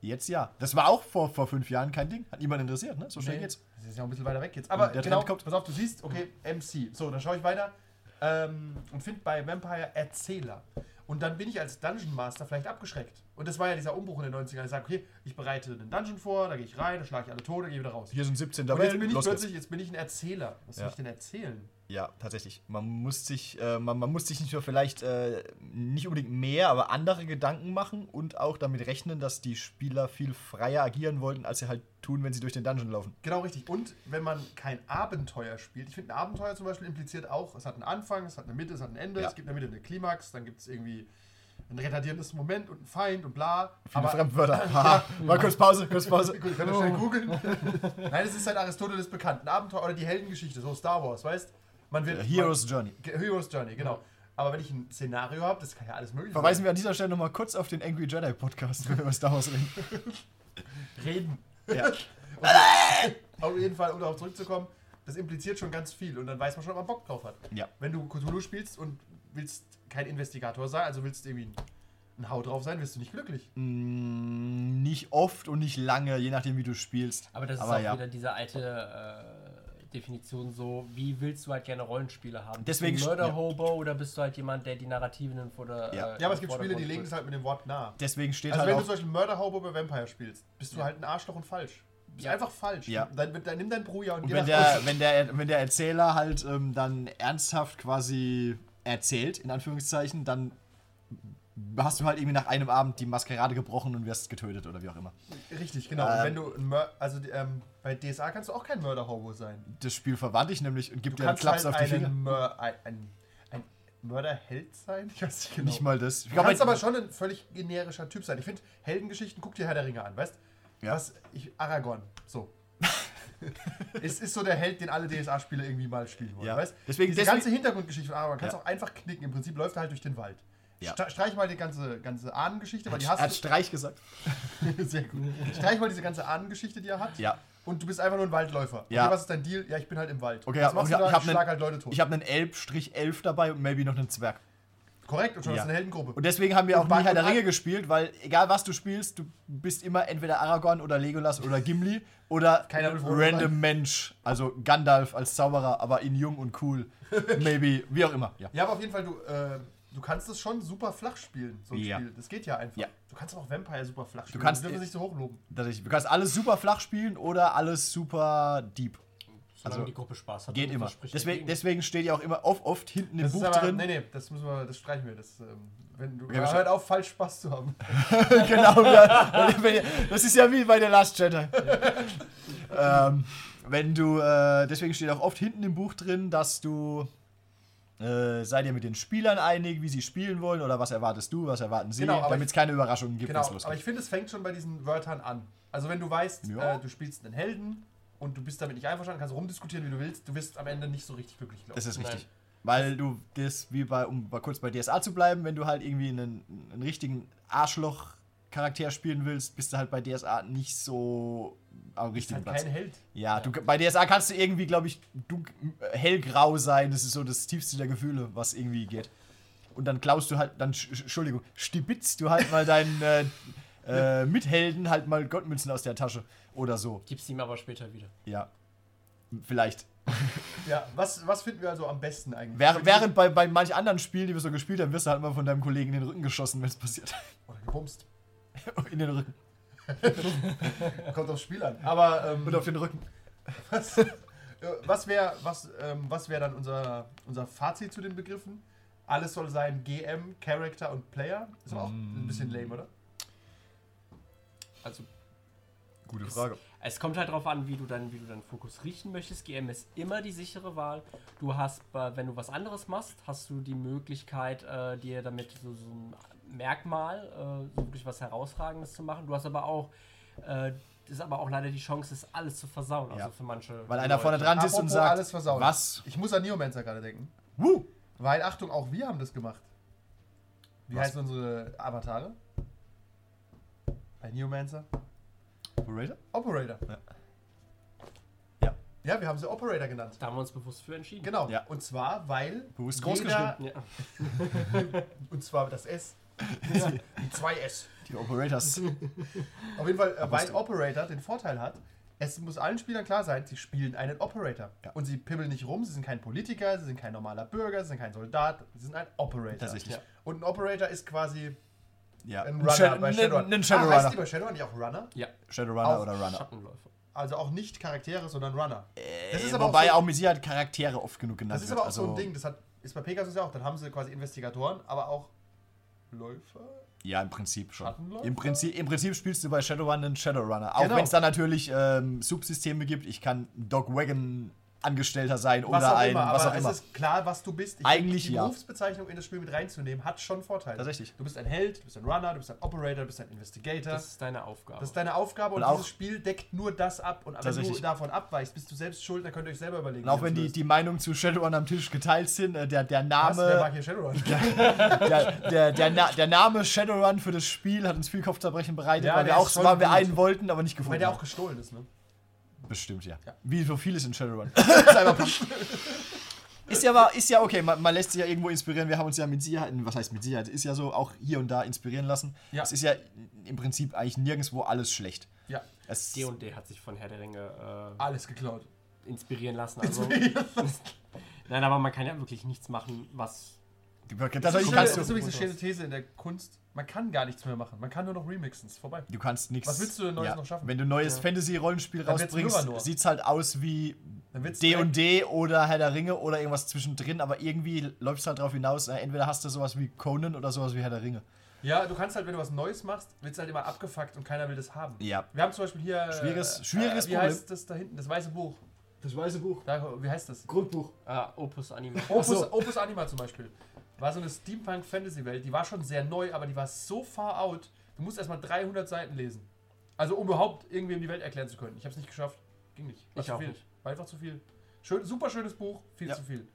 Jetzt ja. Das war auch vor, vor fünf Jahren kein Ding. Hat niemand interessiert, ne? So schnell geht's.
Das ist ja auch ein bisschen weiter weg jetzt. Aber
Und der
genau,
Trend kommt.
pass auf, du siehst, okay, MC. So, dann schaue ich weiter ähm, und finde bei Vampire Erzähler. Und dann bin ich als Dungeon Master vielleicht abgeschreckt. Und das war ja dieser Umbruch in den 90ern. Ich sage, okay, ich bereite einen Dungeon vor, da gehe ich rein, da schlage ich alle tot, da gehe ich wieder raus.
Hier sind 17.
Und jetzt bin ich
los geht's.
plötzlich, jetzt bin ich ein Erzähler. Was
Ja.
soll ich denn erzählen?
Ja, tatsächlich. Man muss sich, äh, man, man muss sich nicht nur vielleicht äh, nicht unbedingt mehr, aber andere Gedanken machen und auch damit rechnen, dass die Spieler viel freier agieren wollten, als sie halt tun, wenn sie durch den Dungeon laufen.
Genau richtig. Und wenn man kein Abenteuer spielt, ich finde, ein Abenteuer zum Beispiel impliziert auch, es hat einen Anfang, es hat eine Mitte, es hat ein Ende,
Ja.
es gibt in der Mitte eine Klimax, dann gibt es irgendwie ein retardierendes Moment und einen Feind und bla.
Viele Oh.
Aber
Fremdwörter. Haha. Mal kurz Pause, kurz Pause.
gut, könnt ihr schnell googeln. Nein, es ist halt Aristoteles bekannt. Ein Abenteuer oder die Heldengeschichte, so Star Wars, weißt man wird.
Heroes Journey.
Man, Heroes Journey, genau. Aber wenn ich ein Szenario habe, das kann ja alles mögliche
Verweisen wir an dieser Stelle nochmal kurz auf den Angry Jedi Podcast, wenn wir über Star Wars reden.
reden.
Ja.
Auf jeden Fall, um darauf zurückzukommen, das impliziert schon ganz viel und dann weiß man schon, ob man Bock drauf hat.
ja.
Wenn du Cthulhu spielst und willst kein Investigator sein, also willst irgendwie ein Hau drauf sein, wirst du nicht glücklich.
Mm, Nicht oft und nicht lange, je nachdem, wie du spielst.
Aber das ist auch
ja.
wieder diese alte äh, Definition so, wie willst du halt gerne Rollenspiele haben?
Deswegen
bist
sch-
du ein
ja.
Mörder-Hobo oder bist du halt jemand, der äh, die Narrative nimmt oder...
Ja.
Ja, aber es gibt Spiele, die
Vordergrund
legen das halt mit dem Wort nah.
Deswegen steht
Also wenn du
halt
zum
auch.
Beispiel Murder Hobo bei Vampire spielst, bist du halt ein Arschloch und falsch. Bist
Ja.
einfach falsch.
Ja.
Dann, wird- dann nimm dein Bruja und,
Und
geh
wenn
nach
der,
Hause.
wenn, der, wenn der Erzähler halt ähm, dann ernsthaft quasi erzählt, in Anführungszeichen, dann hast du halt irgendwie nach einem Abend die Maskerade gebrochen und wirst getötet oder wie auch immer.
Richtig, genau. Und wenn du ein Mör also ähm, bei DSA kannst du auch kein Mörderhobo sein.
Das Spiel verwandle ich nämlich und gibt
Du
dir einen
kannst
Klaps
halt
auf die Finger.
einen Mör ein, ein, ein Mörderheld sein? Ich weiß nicht genau.
Nicht mal das. Ich
Du
glaub,
kannst
mein-
aber schon ein völlig generischer Typ sein. Ich finde, Heldengeschichten, guck dir Herr der Ringe an, weißt
Ja.
Was? Ich, Aragorn, so. es ist so der Held, den alle DSA-Spieler irgendwie mal spielen wollen,
Ja.
weißt
Deswegen-
Diese
deswegen-
ganze Hintergrundgeschichte von Aragorn kannst du
Ja.
auch einfach knicken. Im Prinzip läuft er halt durch den Wald.
Ja.
Stra- Streich mal die ganze, ganze Ahnengeschichte, weil die
Er hat
hast
Streich gesagt.
du. Sehr gut. Streich mal diese ganze Ahnengeschichte, die er hat.
Ja.
Und du bist einfach nur ein Waldläufer.
Ja.
Okay, was ist dein Deal? Ja, ich bin halt im Wald.
Okay,
was
ja,
machst
ich
du
habe
da?
hab
ich schlag
einen,
halt Leute tot.
ich hab einen Elb-11 dabei und maybe noch einen Zwerg.
Korrekt, und schon
Ja.
hast du eine Heldengruppe.
Und deswegen haben wir auch
Und
nie
Bad-
Herr der
und
Ringe
Al-
gespielt, weil egal was du spielst, du bist immer entweder Aragorn oder Legolas oder Gimli oder
Keiner will verloren
random Mensch. Also Gandalf als Zauberer, aber in jung und cool. Maybe, wie auch immer. Ja.
Ja, aber auf jeden Fall, du, äh, du kannst es schon super flach spielen, so ein
Ja.
Spiel. Das geht ja einfach.
Ja.
Du kannst aber auch Vampire super flach spielen.
kannst-
das dürfen wir nicht so hochloben.
Dadurch, du kannst alles super flach spielen oder alles super deep.
Solange
halt,
Also,
die Gruppe Spaß hat.
Geht
und
immer.
das spricht
Deswegen,
dagegen.
deswegen steht ja auch immer oft, oft hinten im
Das
Buch
ist aber,
drin.
Nee, nee, das müssen wir, das streichen wir. Das, ähm, wenn du,
wir
aber hört
streichen-
auf, falsch Spaß zu haben.
genau. Ja. Wenn ihr- Das ist ja wie bei der Last Jedi. ähm, wenn du, äh, deswegen steht auch oft hinten im Buch drin, dass du äh, sei dir mit den Spielern einig, wie sie spielen wollen oder was erwartest du, was erwarten sie,
Genau, aber
damit es keine Überraschungen gibt,
Genau,
wenn's
aber
losgeht.
ich finde, es fängt schon bei diesen Wörtern an. Also wenn du weißt,
Ja.
äh, du spielst einen Helden und du bist damit nicht einverstanden, kannst rumdiskutieren, wie du willst, du wirst am Ende nicht so richtig glücklich, glaube
Das
ich.
ist
Nein.
richtig. Weil du das, wie bei, um mal kurz bei DSA zu bleiben, wenn du halt irgendwie einen, einen richtigen Arschloch-Charakter spielen willst, bist du halt bei DSA nicht so am
Ist
richtigen
halt
Platz.
kein Held.
Ja, du, bei DSA kannst du irgendwie, glaube ich, dunk, hellgrau sein. Das ist so das tiefste der Gefühle, was irgendwie geht. Und dann klaust du halt, dann, sch- sch- Entschuldigung, stibitzt du halt mal deinen äh, äh, Mithelden halt mal Gottmünzen aus der Tasche oder so.
Gib's ihm aber später wieder.
Ja, vielleicht.
Ja, was, was finden wir also am besten eigentlich?
Während, während bei, bei manch anderen Spielen, die wir so gespielt haben, wirst du halt mal von deinem Kollegen in den Rücken geschossen, wenn es passiert.
Oder gebumst.
In den Rücken.
Kommt aufs Spiel an. Aber ähm,
Und auf den Rücken.
Was, äh, was wäre was, ähm, was wär dann unser, unser Fazit zu den Begriffen? Alles soll sein GM, Character und Player. Ist aber auch ein
Mm.
bisschen lame, oder?
Also
Gute Frage.
Es kommt halt drauf an, wie du dann, wie du deinen Fokus richten möchtest. GM ist immer die sichere Wahl. Du hast, bei- wenn du was anderes machst, hast du die Möglichkeit, äh, dir damit so, so ein Merkmal, äh, so wirklich was Herausragendes zu machen. Du hast aber auch, äh, ist aber auch leider die Chance, das alles zu versauen.
Ja.
Also für manche.
Weil einer
Leute.
vorne dran sitzt und
Apropos
sagt,
alles versauen.
was?
Ich muss an Neomancer gerade denken.
Woo!
Weil, Achtung, auch wir haben das gemacht. Wie
Was?
heißen unsere Avatare? Bei Neomancer?
Operator?
Operator.
Ja. Ja.
Ja, wir haben sie Operator genannt.
Da haben wir uns bewusst für entschieden.
Genau.
Ja.
Und zwar, weil.
Bewusst groß
jeder,
Ja.
Und zwar das S. Ja. Die zwei S.
Die Operators.
Auf jeden Fall, äh, weil Operator den Vorteil hat, es muss allen Spielern klar sein, sie spielen einen Operator.
Ja.
Und sie pimmeln nicht rum, sie sind kein Politiker, sie sind kein normaler Bürger, sie sind kein Soldat, sie sind ein Operator.
Tatsächlich.
Ja. Und ein Operator ist quasi
Ja.
ein
Ein
Runner
Shadow-
bei Shadowrun.
nen- nen Shadowrunner.
Ah, heißt die bei Shadowrun nicht auch Runner?
ja.
Shadowrunner
Auf
oder Runner.
Schattenläufer.
Also auch nicht Charaktere, sondern Runner. das
Äh,
ist aber
wobei
auch, so,
auch mit Sicherheit Charaktere oft genug genannt
das ist
wird.
aber auch
also,
so ein Ding, das hat, ist bei Pegasus ja auch, dann haben sie quasi Investigatoren, aber auch Läufer.
Ja, im Prinzip schon.
Schattenläufer?
Im Prinzip, Im Prinzip spielst du bei Shadowrun einen Shadowrunner. Auch
Genau.
wenn es da natürlich ähm, Subsysteme gibt. Ich kann Dog Wagon Angestellter sein
Was
oder
auch
ein,
immer, aber
was auch
es
immer.
ist klar, was du bist. Ich
Eigentlich
finde, die
ja.
Berufsbezeichnung in das Spiel mit reinzunehmen, hat schon Vorteile.
Tatsächlich.
Du bist ein Held, du bist ein Runner, du bist ein Operator, du bist ein Investigator.
Das
Das,
ist deine Aufgabe.
ist deine Aufgabe und,
Und auch-
dieses Spiel deckt nur das ab. Und wenn du
Tatsächlich.
davon abweichst, bist du selbst schuld, dann könnt ihr euch selber überlegen.
Und auch wenn die, die Meinungen zu Shadowrun am Tisch geteilt sind, äh, der, der
Name... Was, wer
Name
mag hier Shadowrun?
der, der, der, Na, der Name Shadowrun für das Spiel hat uns viel Kopfzerbrechen bereitet,
Ja,
weil wir
der
auch
ist
so
schon
weil wir
gut.
einen wollten, aber nicht
Weil
gefunden
der auch
haben.
gestohlen ist, ne?
Bestimmt, ja.
Ja.
Wie so vieles in Shadowrun. Cyberpunk. Ist ja, aber, ist ja okay, man, man lässt sich ja irgendwo inspirieren. Wir haben uns ja mit Sicherheit, was heißt mit Sicherheit, ist ja so auch hier und da inspirieren lassen.
Ja.
Es ist ja im Prinzip eigentlich nirgendwo alles schlecht.
Ja,
Es,
D&D hat sich von Herr der Ringe äh,
alles geklaut.
inspirieren lassen. Also, Nein, aber man kann ja wirklich nichts machen, was.
Das
dadurch
ist,
kannst
das ist
du,
übrigens eine schöne These in der Kunst. Man kann gar nichts mehr machen. Man kann nur noch remixen. Ist vorbei.
du kannst nichts.
Was willst du denn Neues noch schaffen?
Wenn du neues Fantasy-Rollenspiel
Dann wird's
rausbringst,
Myranoir.
sieht's halt aus wie
Dann wird's direkt-
D&D oder Herr der Ringe oder irgendwas zwischendrin, aber irgendwie läuft es halt drauf hinaus, äh, entweder hast du sowas wie Conan oder sowas wie Herr der Ringe.
Ja, du kannst halt, wenn du was Neues machst, wird es halt immer abgefuckt und keiner will das haben.
Ja.
Wir haben zum Beispiel hier.
Schwieriges- schwieriges
äh, Wie
Problem.
heißt das da hinten? Das weiße Buch.
Das weiße Buch.
Da, wie heißt das?
Grundbuch.
Ah, Opus Anima.
Opus,
so.
Opus Anima zum Beispiel. War so eine Steampunk-Fantasy-Welt, die war schon sehr neu, aber die war so far out, du musst erstmal 300 Seiten lesen. Also, um überhaupt irgendwem die Welt erklären zu können. Ich hab's nicht geschafft. Ging nicht.
Ich
zu
auch
viel.
nicht.
War einfach zu viel. Schön, super schönes Buch, viel
Ja.
zu viel.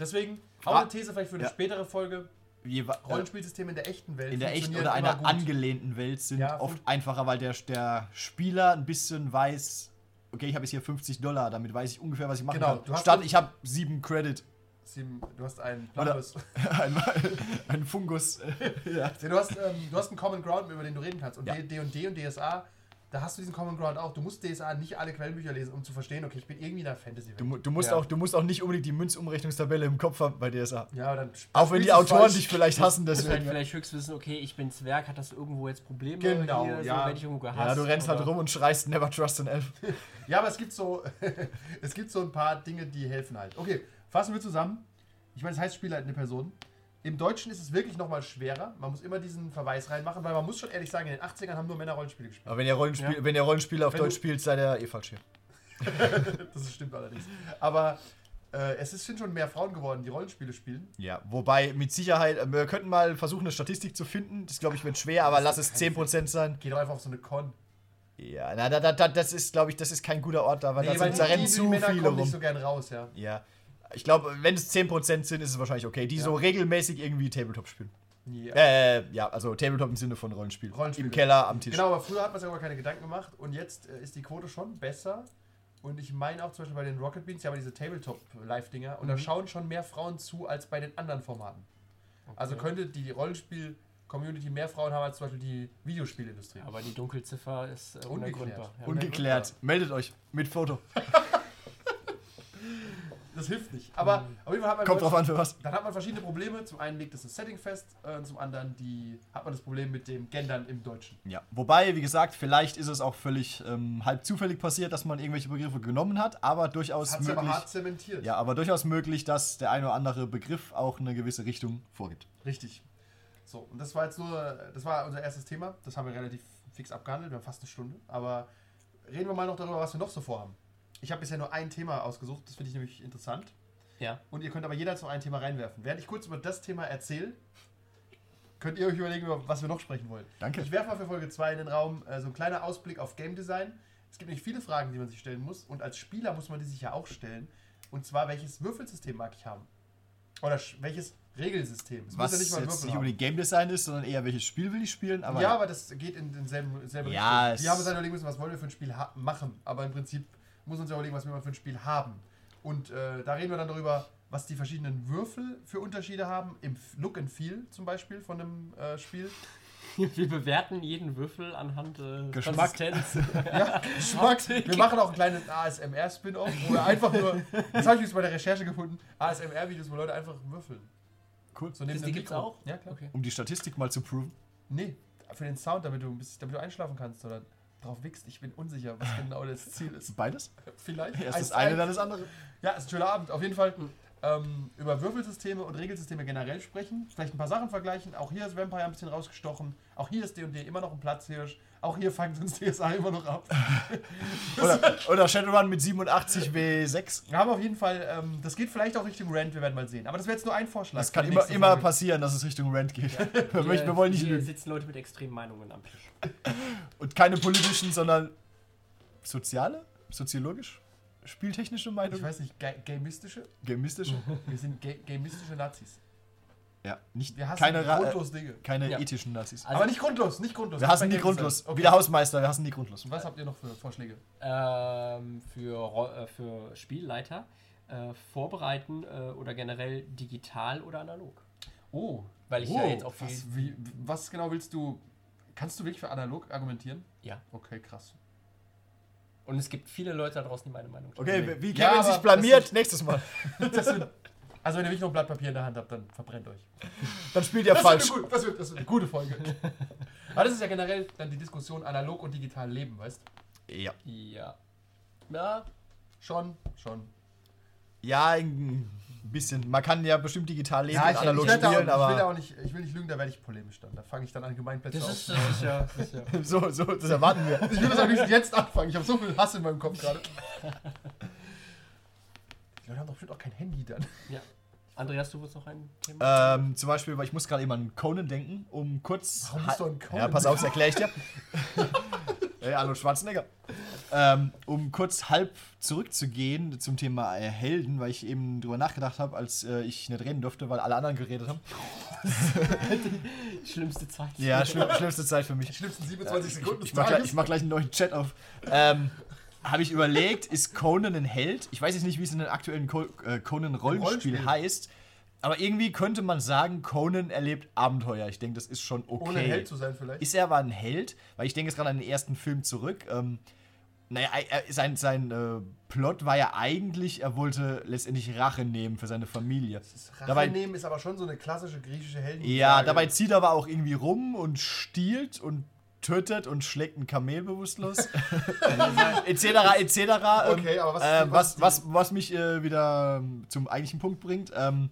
Deswegen, auch
Ah.
eine These vielleicht für eine
Ja.
spätere Folge.
Je, wa- äh,
Rollenspielsysteme in der echten Welt.
in der echten
funktionieren
oder
immer
einer
gut.
angelehnten Welt sind
Ja,
oft
fun-
einfacher, weil der, der Spieler ein bisschen weiß, okay, ich habe jetzt hier 50 Dollar, damit weiß ich ungefähr, was ich machen
Genau, du
kann.
hast
Statt
un-
ich habe 7 Credit.
Sim, du hast einen
Oder-
Platus.
ein, ein Fungus. ja.
Nee, du, hast, ähm, du hast einen Common Ground, über den du reden kannst. Und
Ja.
D- D&D und DSA, da hast du diesen Common Ground auch. Du musst DSA nicht alle Quellenbücher lesen, um zu verstehen, okay, ich bin irgendwie in der Fantasy-Welt.
Du, mu- du, musst
Ja.
auch, du musst auch nicht unbedingt die Münzumrechnungstabelle im Kopf haben bei DSA.
ja, aber dann
Auch wenn
spielst
die
du
Autoren
falsch.
dich vielleicht hassen,
Du musst halt
deswegen.
vielleicht höchst wissen, okay, ich bin Zwerg, hat das irgendwo jetzt Probleme?
Genau,
hier,
ja.
So, werd ich irgendwo gehasst,
ja, du rennst halt
oder-
rum und schreist Never Trust an Elf.
Ja, aber es gibt so, es gibt so ein paar Dinge, die helfen halt. Okay, fassen wir zusammen. Ich meine, es heißt spielleitende Person. Im Deutschen ist es wirklich nochmal schwerer. Man muss immer diesen Verweis reinmachen, weil man muss schon ehrlich sagen, in den 80ern haben nur Männer Rollenspiele gespielt.
Aber wenn ihr, Rollenspiel, wenn ihr Rollenspiele auf
Wenn
Deutsch
du-
spielt, seid ihr eh falsch hier.
Das stimmt allerdings. Aber äh, es ist- sind schon mehr Frauen geworden, die Rollenspiele spielen.
Ja, wobei mit Sicherheit, äh, wir könnten mal versuchen, eine Statistik zu finden. Das glaube ich wird schwer, aber lass es 10% sein.
Geh doch einfach auf so eine Con.
Ja, na, da, da, da, das ist, glaube ich, das ist kein guter Ort, da, weil da,
weil
sind, da rennen
die
zu
Männer
viele
kommen
rum.
nicht so gern raus, ja.
ja. Ich glaube, wenn es 10% sind, ist es wahrscheinlich okay, die so regelmäßig irgendwie Tabletop spielen.
Ja.
Äh, ja, also Tabletop im Sinne von Rollenspiel.
Rollenspiel.
Im Keller, am Tisch.
Genau, aber früher hat man sich aber keine Gedanken gemacht und jetzt äh, ist die Quote schon besser. Und ich meine auch zum Beispiel bei den Rocket Beans, ja, aber diese Tabletop-Live-Dinger.
Mhm.
Und da schauen schon mehr Frauen zu als bei den anderen Formaten. Also könnte die Rollenspiel-Community mehr Frauen haben als zum Beispiel die Videospielindustrie.
Aber die Dunkelziffer ist äh,
Ungeklärt.
unergründbar. Ja.
Ungeklärt. Meldet euch mit Foto.
Das hilft nicht. Aber auf jeden Fall hat man
Mhm. Kommt drauf an, für was.
Dann hat man verschiedene Probleme. Zum einen liegt es das Setting fest, äh, und zum anderen die, hat man das Problem mit dem Gendern im Deutschen.
Ja. Wobei, wie gesagt, vielleicht ist es auch völlig ähm, halb zufällig passiert, dass man irgendwelche Begriffe genommen hat, aber durchaus
Hat es aber
möglich.
hart zementiert.
Ja, aber durchaus möglich, dass der ein oder andere Begriff auch eine gewisse Richtung vorgibt.
Richtig. So, und das war jetzt nur, das war unser erstes Thema. Das haben wir relativ fix abgehandelt. Wir haben fast eine Stunde. Aber reden wir mal noch darüber, was wir noch so vorhaben. Ich habe bisher nur ein Thema ausgesucht. Das finde ich nämlich interessant.
Ja.
Und ihr könnt aber jeder noch ein Thema reinwerfen. Während ich kurz über das Thema erzähle, könnt ihr euch überlegen, über was wir noch sprechen wollen.
Danke.
Ich werfe mal für Folge 2 in den Raum äh, so ein kleiner Ausblick auf Game Design. Es gibt nämlich viele Fragen, die man sich stellen muss. Und als Spieler muss man die sich ja auch stellen. Und zwar, welches Würfelsystem mag ich haben? Oder sch- welches Regelsystem? Es muss
Was
ja
jetzt
nicht mal
nicht
Würfel haben.
unbedingt Game Design ist, sondern eher welches Spiel will ich spielen, aber.
Ja, aber das geht in denselben selben
Ja,
Richtung.
es-
Die haben uns halt überlegen müssen, was wollen wir für ein Spiel ha- machen. Aber im Prinzip muss uns ja überlegen, was wir mal für ein Spiel haben. Und äh, da reden wir dann darüber, was die verschiedenen Würfel für Unterschiede haben. Im F- Look and Feel zum Beispiel von einem äh, Spiel.
Wir bewerten jeden Würfel anhand äh,
Geschmack.
Konsistenz.
Ja, Geschmack. Wir machen auch ein kleines ASMR-Spin-Off, wo wir einfach nur, das habe ich übrigens bei der Recherche gefunden, ASMR-Videos, wo Leute einfach würfeln.
Cool.
So neben
Das- die
dem
gibt's
Mikro.
auch?
Ja, klar.
Okay.
Um die Statistik mal zu proven.
Nee, für den Sound, damit du, ein bisschen- damit du einschlafen kannst oder drauf wickst. Ich bin unsicher, was genau das Ziel ist.
Beides?
Vielleicht.
Erst
Eins-
das eine,
eins-
dann das andere.
Ja, ist ein schöner Abend. Auf jeden Fall ähm, über Würfelsysteme und Regelsysteme generell sprechen. Vielleicht ein paar Sachen vergleichen. Auch hier ist Vampire ein bisschen rausgestochen. Auch hier ist D&D immer noch ein Platzhirsch. Auch hier fangen uns DSA immer noch ab.
Oder, oder Shadowrun mit 87 W6.
Wir haben auf jeden Fall, ähm, das geht vielleicht auch Richtung Rand, wir werden mal sehen. Aber das wäre jetzt nur ein Vorschlag.
Das
für
kann
die
immer,
nächste
immer
Folge.
passieren, dass es Richtung Rant geht. Wir, möchten, wir wollen nicht
Hier
lügen.
sitzen Leute mit extremen Meinungen am Tisch.
Und keine politischen, sondern soziale, soziologisch, spieltechnische Meinung,
Ich weiß nicht, ga gamistische?
gamistische.
Wir sind ga gamistische Nazis.
Ja, nicht,
Wir hassen
keine, Ra- äh,
grundlos Dinge.
keine
Ja.
ethischen Nazis.
Also-
Aber nicht grundlos, nicht grundlos.
wir
Das
hassen
bei
die
Game Design.
grundlos.
Okay.
Wie der Hausmeister, wir hassen die grundlos.
Was habt ihr noch für Vorschläge?
Ähm, für, Ro- äh, für Spielleiter äh, vorbereiten äh, oder generell digital oder analog.
Oh,
Weil ich ja jetzt auch
was, wie,
viel-
was genau willst du? Kannst du wirklich für analog argumentieren?
Ja.
Okay, krass.
Und es gibt viele Leute da draußen, die meine Meinung
Okay, wie- wie
Ja,
Kevin sich
aber das
blamiert, nächstes Mal.
Das sind, also wenn ihr wirklich noch ein Blatt Papier in der Hand habt, dann verbrennt euch.
Dann spielt ihr falsch.
Wird eine, gut- das, wird, das wird eine gute Folge. Aber das ist ja generell dann die Diskussion analog und digital leben, weißt
Ja.
Ja. Ja,
Schon, schon.
Ja, ein bisschen. Man kann ja bestimmt digital lesen und
ich,
analog
ich, werd da
spielen,
auch, ich will da
aber
auch nicht, ich will nicht lügen, da werde ich polemisch dann. Da fange ich dann an, Gemeinplätze
Das
auf.
ist, das ist ja. Das ist ja.
so, so, das erwarten wir.
ich würde es am liebsten jetzt anfangen. Ich habe so viel Hass in meinem Kopf gerade. Die Leute haben doch bestimmt auch kein Handy dann.
ja. Andreas, du willst noch ein Thema?
Ähm, zum Beispiel, weil ich muss gerade eben an Conan denken, um kurz.
Warum musst du an Conan
Ja, pass auf, das erkläre ich dir. hey, hallo Schwarzenegger. Ähm, um kurz halb zurückzugehen zum Thema äh, Helden, weil ich eben drüber nachgedacht habe, als äh, ich nicht reden durfte, weil alle anderen geredet haben.
Schlimmste Zeit.
Ja, schlimm, schlimmste Zeit für mich.
Die schlimmsten 27 Sekunden
Ich mach, gleich, ich mach gleich einen neuen Chat auf. Ähm, habe ich überlegt, ist Conan ein Held? Ich weiß jetzt nicht, wie es in den aktuellen Co äh, Conan-Rollenspiel
Rollenspiel.
heißt. Aber irgendwie könnte man sagen, Conan erlebt Abenteuer. Ich denke, das ist schon okay.
Ohne Held zu sein vielleicht.
Ist er aber ein Held? Weil ich denke jetzt gerade an den ersten Film zurück. Ähm, naja, er, sein, sein äh, Plot war ja eigentlich, er wollte letztendlich Rache nehmen für seine Familie.
Rache
dabei,
nehmen ist aber schon so eine klassische griechische Helden.
ja, dabei zieht er aber auch irgendwie rum und stiehlt und tötet und schlägt ein Kamel bewusstlos. etc. etc. ähm,
Okay, aber was- was-
ähm, was, was, was mich äh, wieder ähm, zum eigentlichen Punkt bringt, ähm,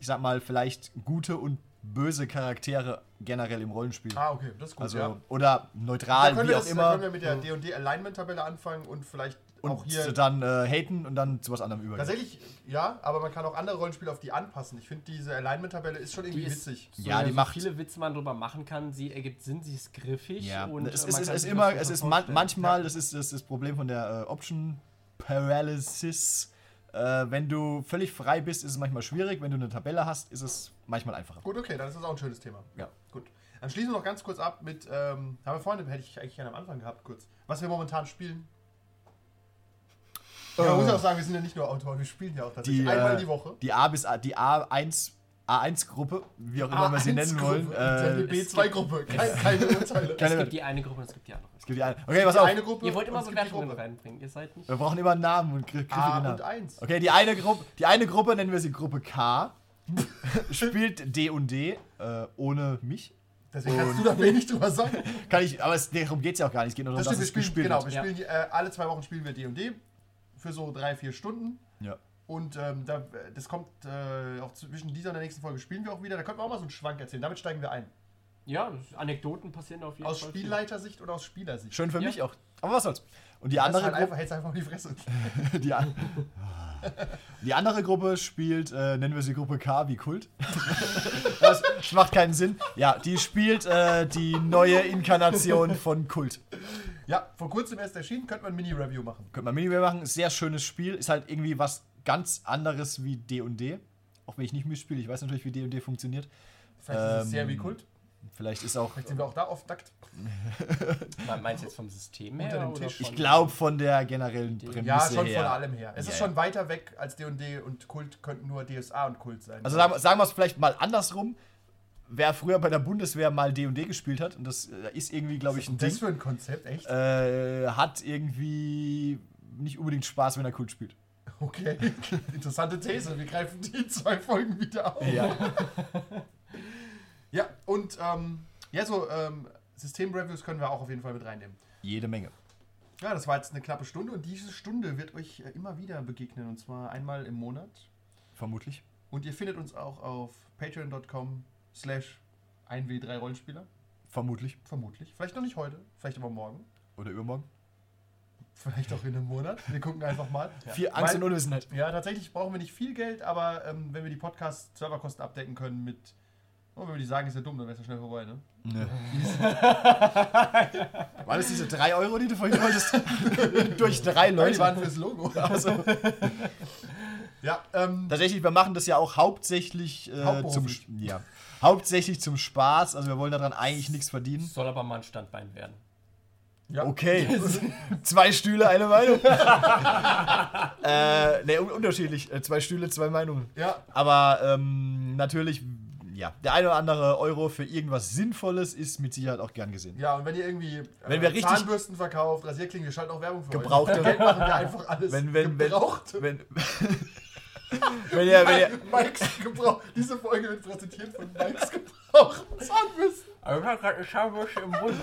ich sag mal, vielleicht gute und böse Charaktere generell im Rollenspiel.
Ah, okay, das ist gut,
Also,
ja.
oder
Da
neutral,
können,
wie
wir
auch
das, da
immer. Mhm.
können wir mit der D&D Alignment-Tabelle anfangen und vielleicht
Und
auch hier...
dann äh, haten und dann zu was anderem übergehen.
Tatsächlich, ja, aber man kann auch andere Rollenspiele auf die anpassen. Ich finde, diese Alignment-Tabelle ist schon irgendwie witzig.
So,
Ja, die
so
macht-
viele Witze man drüber machen kann, sie ergibt Sinn, sie ist griffig.
Ja,
und
Ne, es
äh,
ist,
man
es
kann
ist
sich
immer,
was
es ist
drunter
man,
vorstellen.
manchmal, das ist, das ist das Problem von der äh, Option Paralysis. Äh, wenn du völlig frei bist, ist es manchmal schwierig. Wenn du eine Tabelle hast, ist es manchmal einfacher.
Gut, okay, dann ist das auch ein schönes Thema.
Ja.
Gut. Dann schließen wir noch ganz kurz ab mit, ähm, haben wir Freunde, hätte ich eigentlich gerne am Anfang gehabt, kurz. Was wir momentan spielen. Ja, man muss ja auch sagen, wir sind ja nicht nur Autoren, wir spielen ja auch tatsächlich einmal
äh,
die Woche.
Die A bis A, die A1, A1-Gruppe, wie auch immer wir sie nennen wollen.
Äh,
Äh,
B2-Gruppe, keine, keine Urteile.
keine-
Es gibt die eine Gruppe und es gibt die andere.
es gibt die eine. Okay, pass auf.
eine Gruppe
Ihr wollt
und
immer
es gibt die
Bewertungen
Gruppe.
reinbringen. Ihr seid nicht.
Wir brauchen immer einen Namen und gri- griffige
A
Namen.
und 1.
Okay, die eine Gruppe, die eine Gruppe nennen wir sie Gruppe K. spielt D und D äh, ohne mich.
Deswegen kannst du da wenig drüber sagen.
Kann ich, aber es, darum geht es ja auch gar nicht. Es geht nur darum,
Das
dass
stimmt, wir
es
spielen,
gespielt
genau, wir
wird.
spielen, äh, alle zwei Wochen spielen wir D&D für so drei, vier Stunden.
Ja.
Und ähm, da, das kommt äh, auch zwischen dieser und der nächsten Folge spielen wir auch wieder. Da könnten wir auch mal so einen Schwank erzählen. Damit steigen wir ein.
Ja, Anekdoten passieren auf jeden
Aus
Fall.
Spielleitersicht oder aus Spielersicht?
Schön für
Ja.
mich auch. Aber was soll's. Und die
Das
andere,
halt
Gruppe,
einfach, hältst einfach mal die Fresse.
die, an- die andere Gruppe spielt, äh, nennen wir sie Gruppe K wie Kult. das macht keinen Sinn. Ja, die spielt äh, die neue Inkarnation von Kult.
Ja, vor kurzem erst erschienen, könnte man ein Mini-Review machen.
Könnte man Minimap machen. Sehr schönes Spiel. Ist halt irgendwie was ganz anderes wie D&D. Auch wenn ich nicht mitspiele. Ich weiß natürlich, wie D&D funktioniert.
Vielleicht ist es
Ähm,
sehr wie Kult.
Vielleicht ist auch...
Vielleicht sind wir auch da oft nackt.
Man meint jetzt vom System her
Unter dem
oder
Tisch.
von-
Ich glaube, von der generellen Prämisse
Ja, schon
her.
von allem her. Es
Ja,
ist schon weiter weg als D&D und Kult könnten nur DSA und Kult sein.
Also sagen, sagen wir es vielleicht mal andersrum. Wer früher bei der Bundeswehr mal D&D gespielt hat, und das äh, ist irgendwie, glaube ich, ein
das
Ding,
für ein Konzept, echt?
äh, hat irgendwie nicht unbedingt Spaß, wenn er Kult spielt.
Okay, interessante These. Wir greifen die zwei Folgen wieder auf.
Ja.
Ja, und ähm, ja, so ähm, Systemreviews können wir auch auf jeden Fall mit reinnehmen.
Jede Menge.
Ja, das war jetzt eine knappe Stunde und diese Stunde wird euch äh, immer wieder begegnen und zwar einmal im Monat.
Vermutlich.
Und ihr findet uns auch auf patreon.com slash 1w3rollenspieler.
Vermutlich.
Vermutlich. Vielleicht noch nicht heute, vielleicht aber morgen.
Oder übermorgen.
Vielleicht auch in einem Monat. Wir gucken einfach mal.
Viel Angst
Weil-
und Unwissenheit.
Ja, tatsächlich brauchen wir nicht viel Geld, aber ähm, wenn wir die Podcast-Serverkosten abdecken können mit, oh, wenn wir die sagen, ist ja dumm, dann wäre es ja schnell vorbei, ne?
War das diese 3 Euro, die du vorhin wolltest? Durch
Nein,
drei
die
Leute.
waren fürs Logo.
Also,
Ja, ähm,
tatsächlich, wir machen das ja auch hauptsächlich, äh, zum,
Hauptberuflich.
ja, hauptsächlich zum Spaß. Also wir wollen daran eigentlich nichts verdienen.
Soll aber mal ein Standbein werden.
ja.
Okay. zwei Stühle, eine Meinung. äh, ne, un unterschiedlich. Äh, Zwei Stühle, zwei Meinungen.
Ja,
Aber ähm, natürlich, ja, der ein oder andere Euro für irgendwas Sinnvolles ist mit Sicherheit auch gern gesehen.
ja, und wenn ihr irgendwie äh,
Wenn wir richtig-
Zahnbürsten verkauft, Rasierklingen, wir schalten auch Werbung für
Gebrauchte.
euch. Geld machen wir einfach alles.
Wenn, wenn, wenn,
Gebraucht.
wenn, wenn, ihr, wenn ihr,
Mike's Gebrauch. Diese Folge wird präsentiert von Mike's Gebrauch. Zahnbürsten.
Also, Aber ich habe gerade eine Schaumwurst im Mund.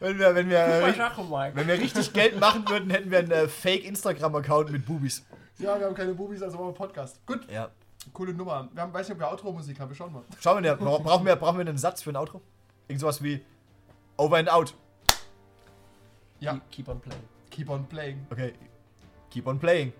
Wenn wir, wenn wir,
Super
äh,
Sache, Mike.
wenn wir richtig Geld machen würden, hätten wir einen äh, Fake-Instagram-Account mit Bubis.
Ja, wir haben keine Bubis, also machen wir Podcast. Gut,
Ja.
coole Nummer. Wir haben, weiß nicht, ob wir Outro-Musik haben, wir schauen mal.
Schauen wir, bra brauchen wir, brauchen wir einen Satz für ein Outro? Irgend sowas wie Over and Out.
Ja,
Keep on playing.
keep on playing.
Okay. Keep on playing.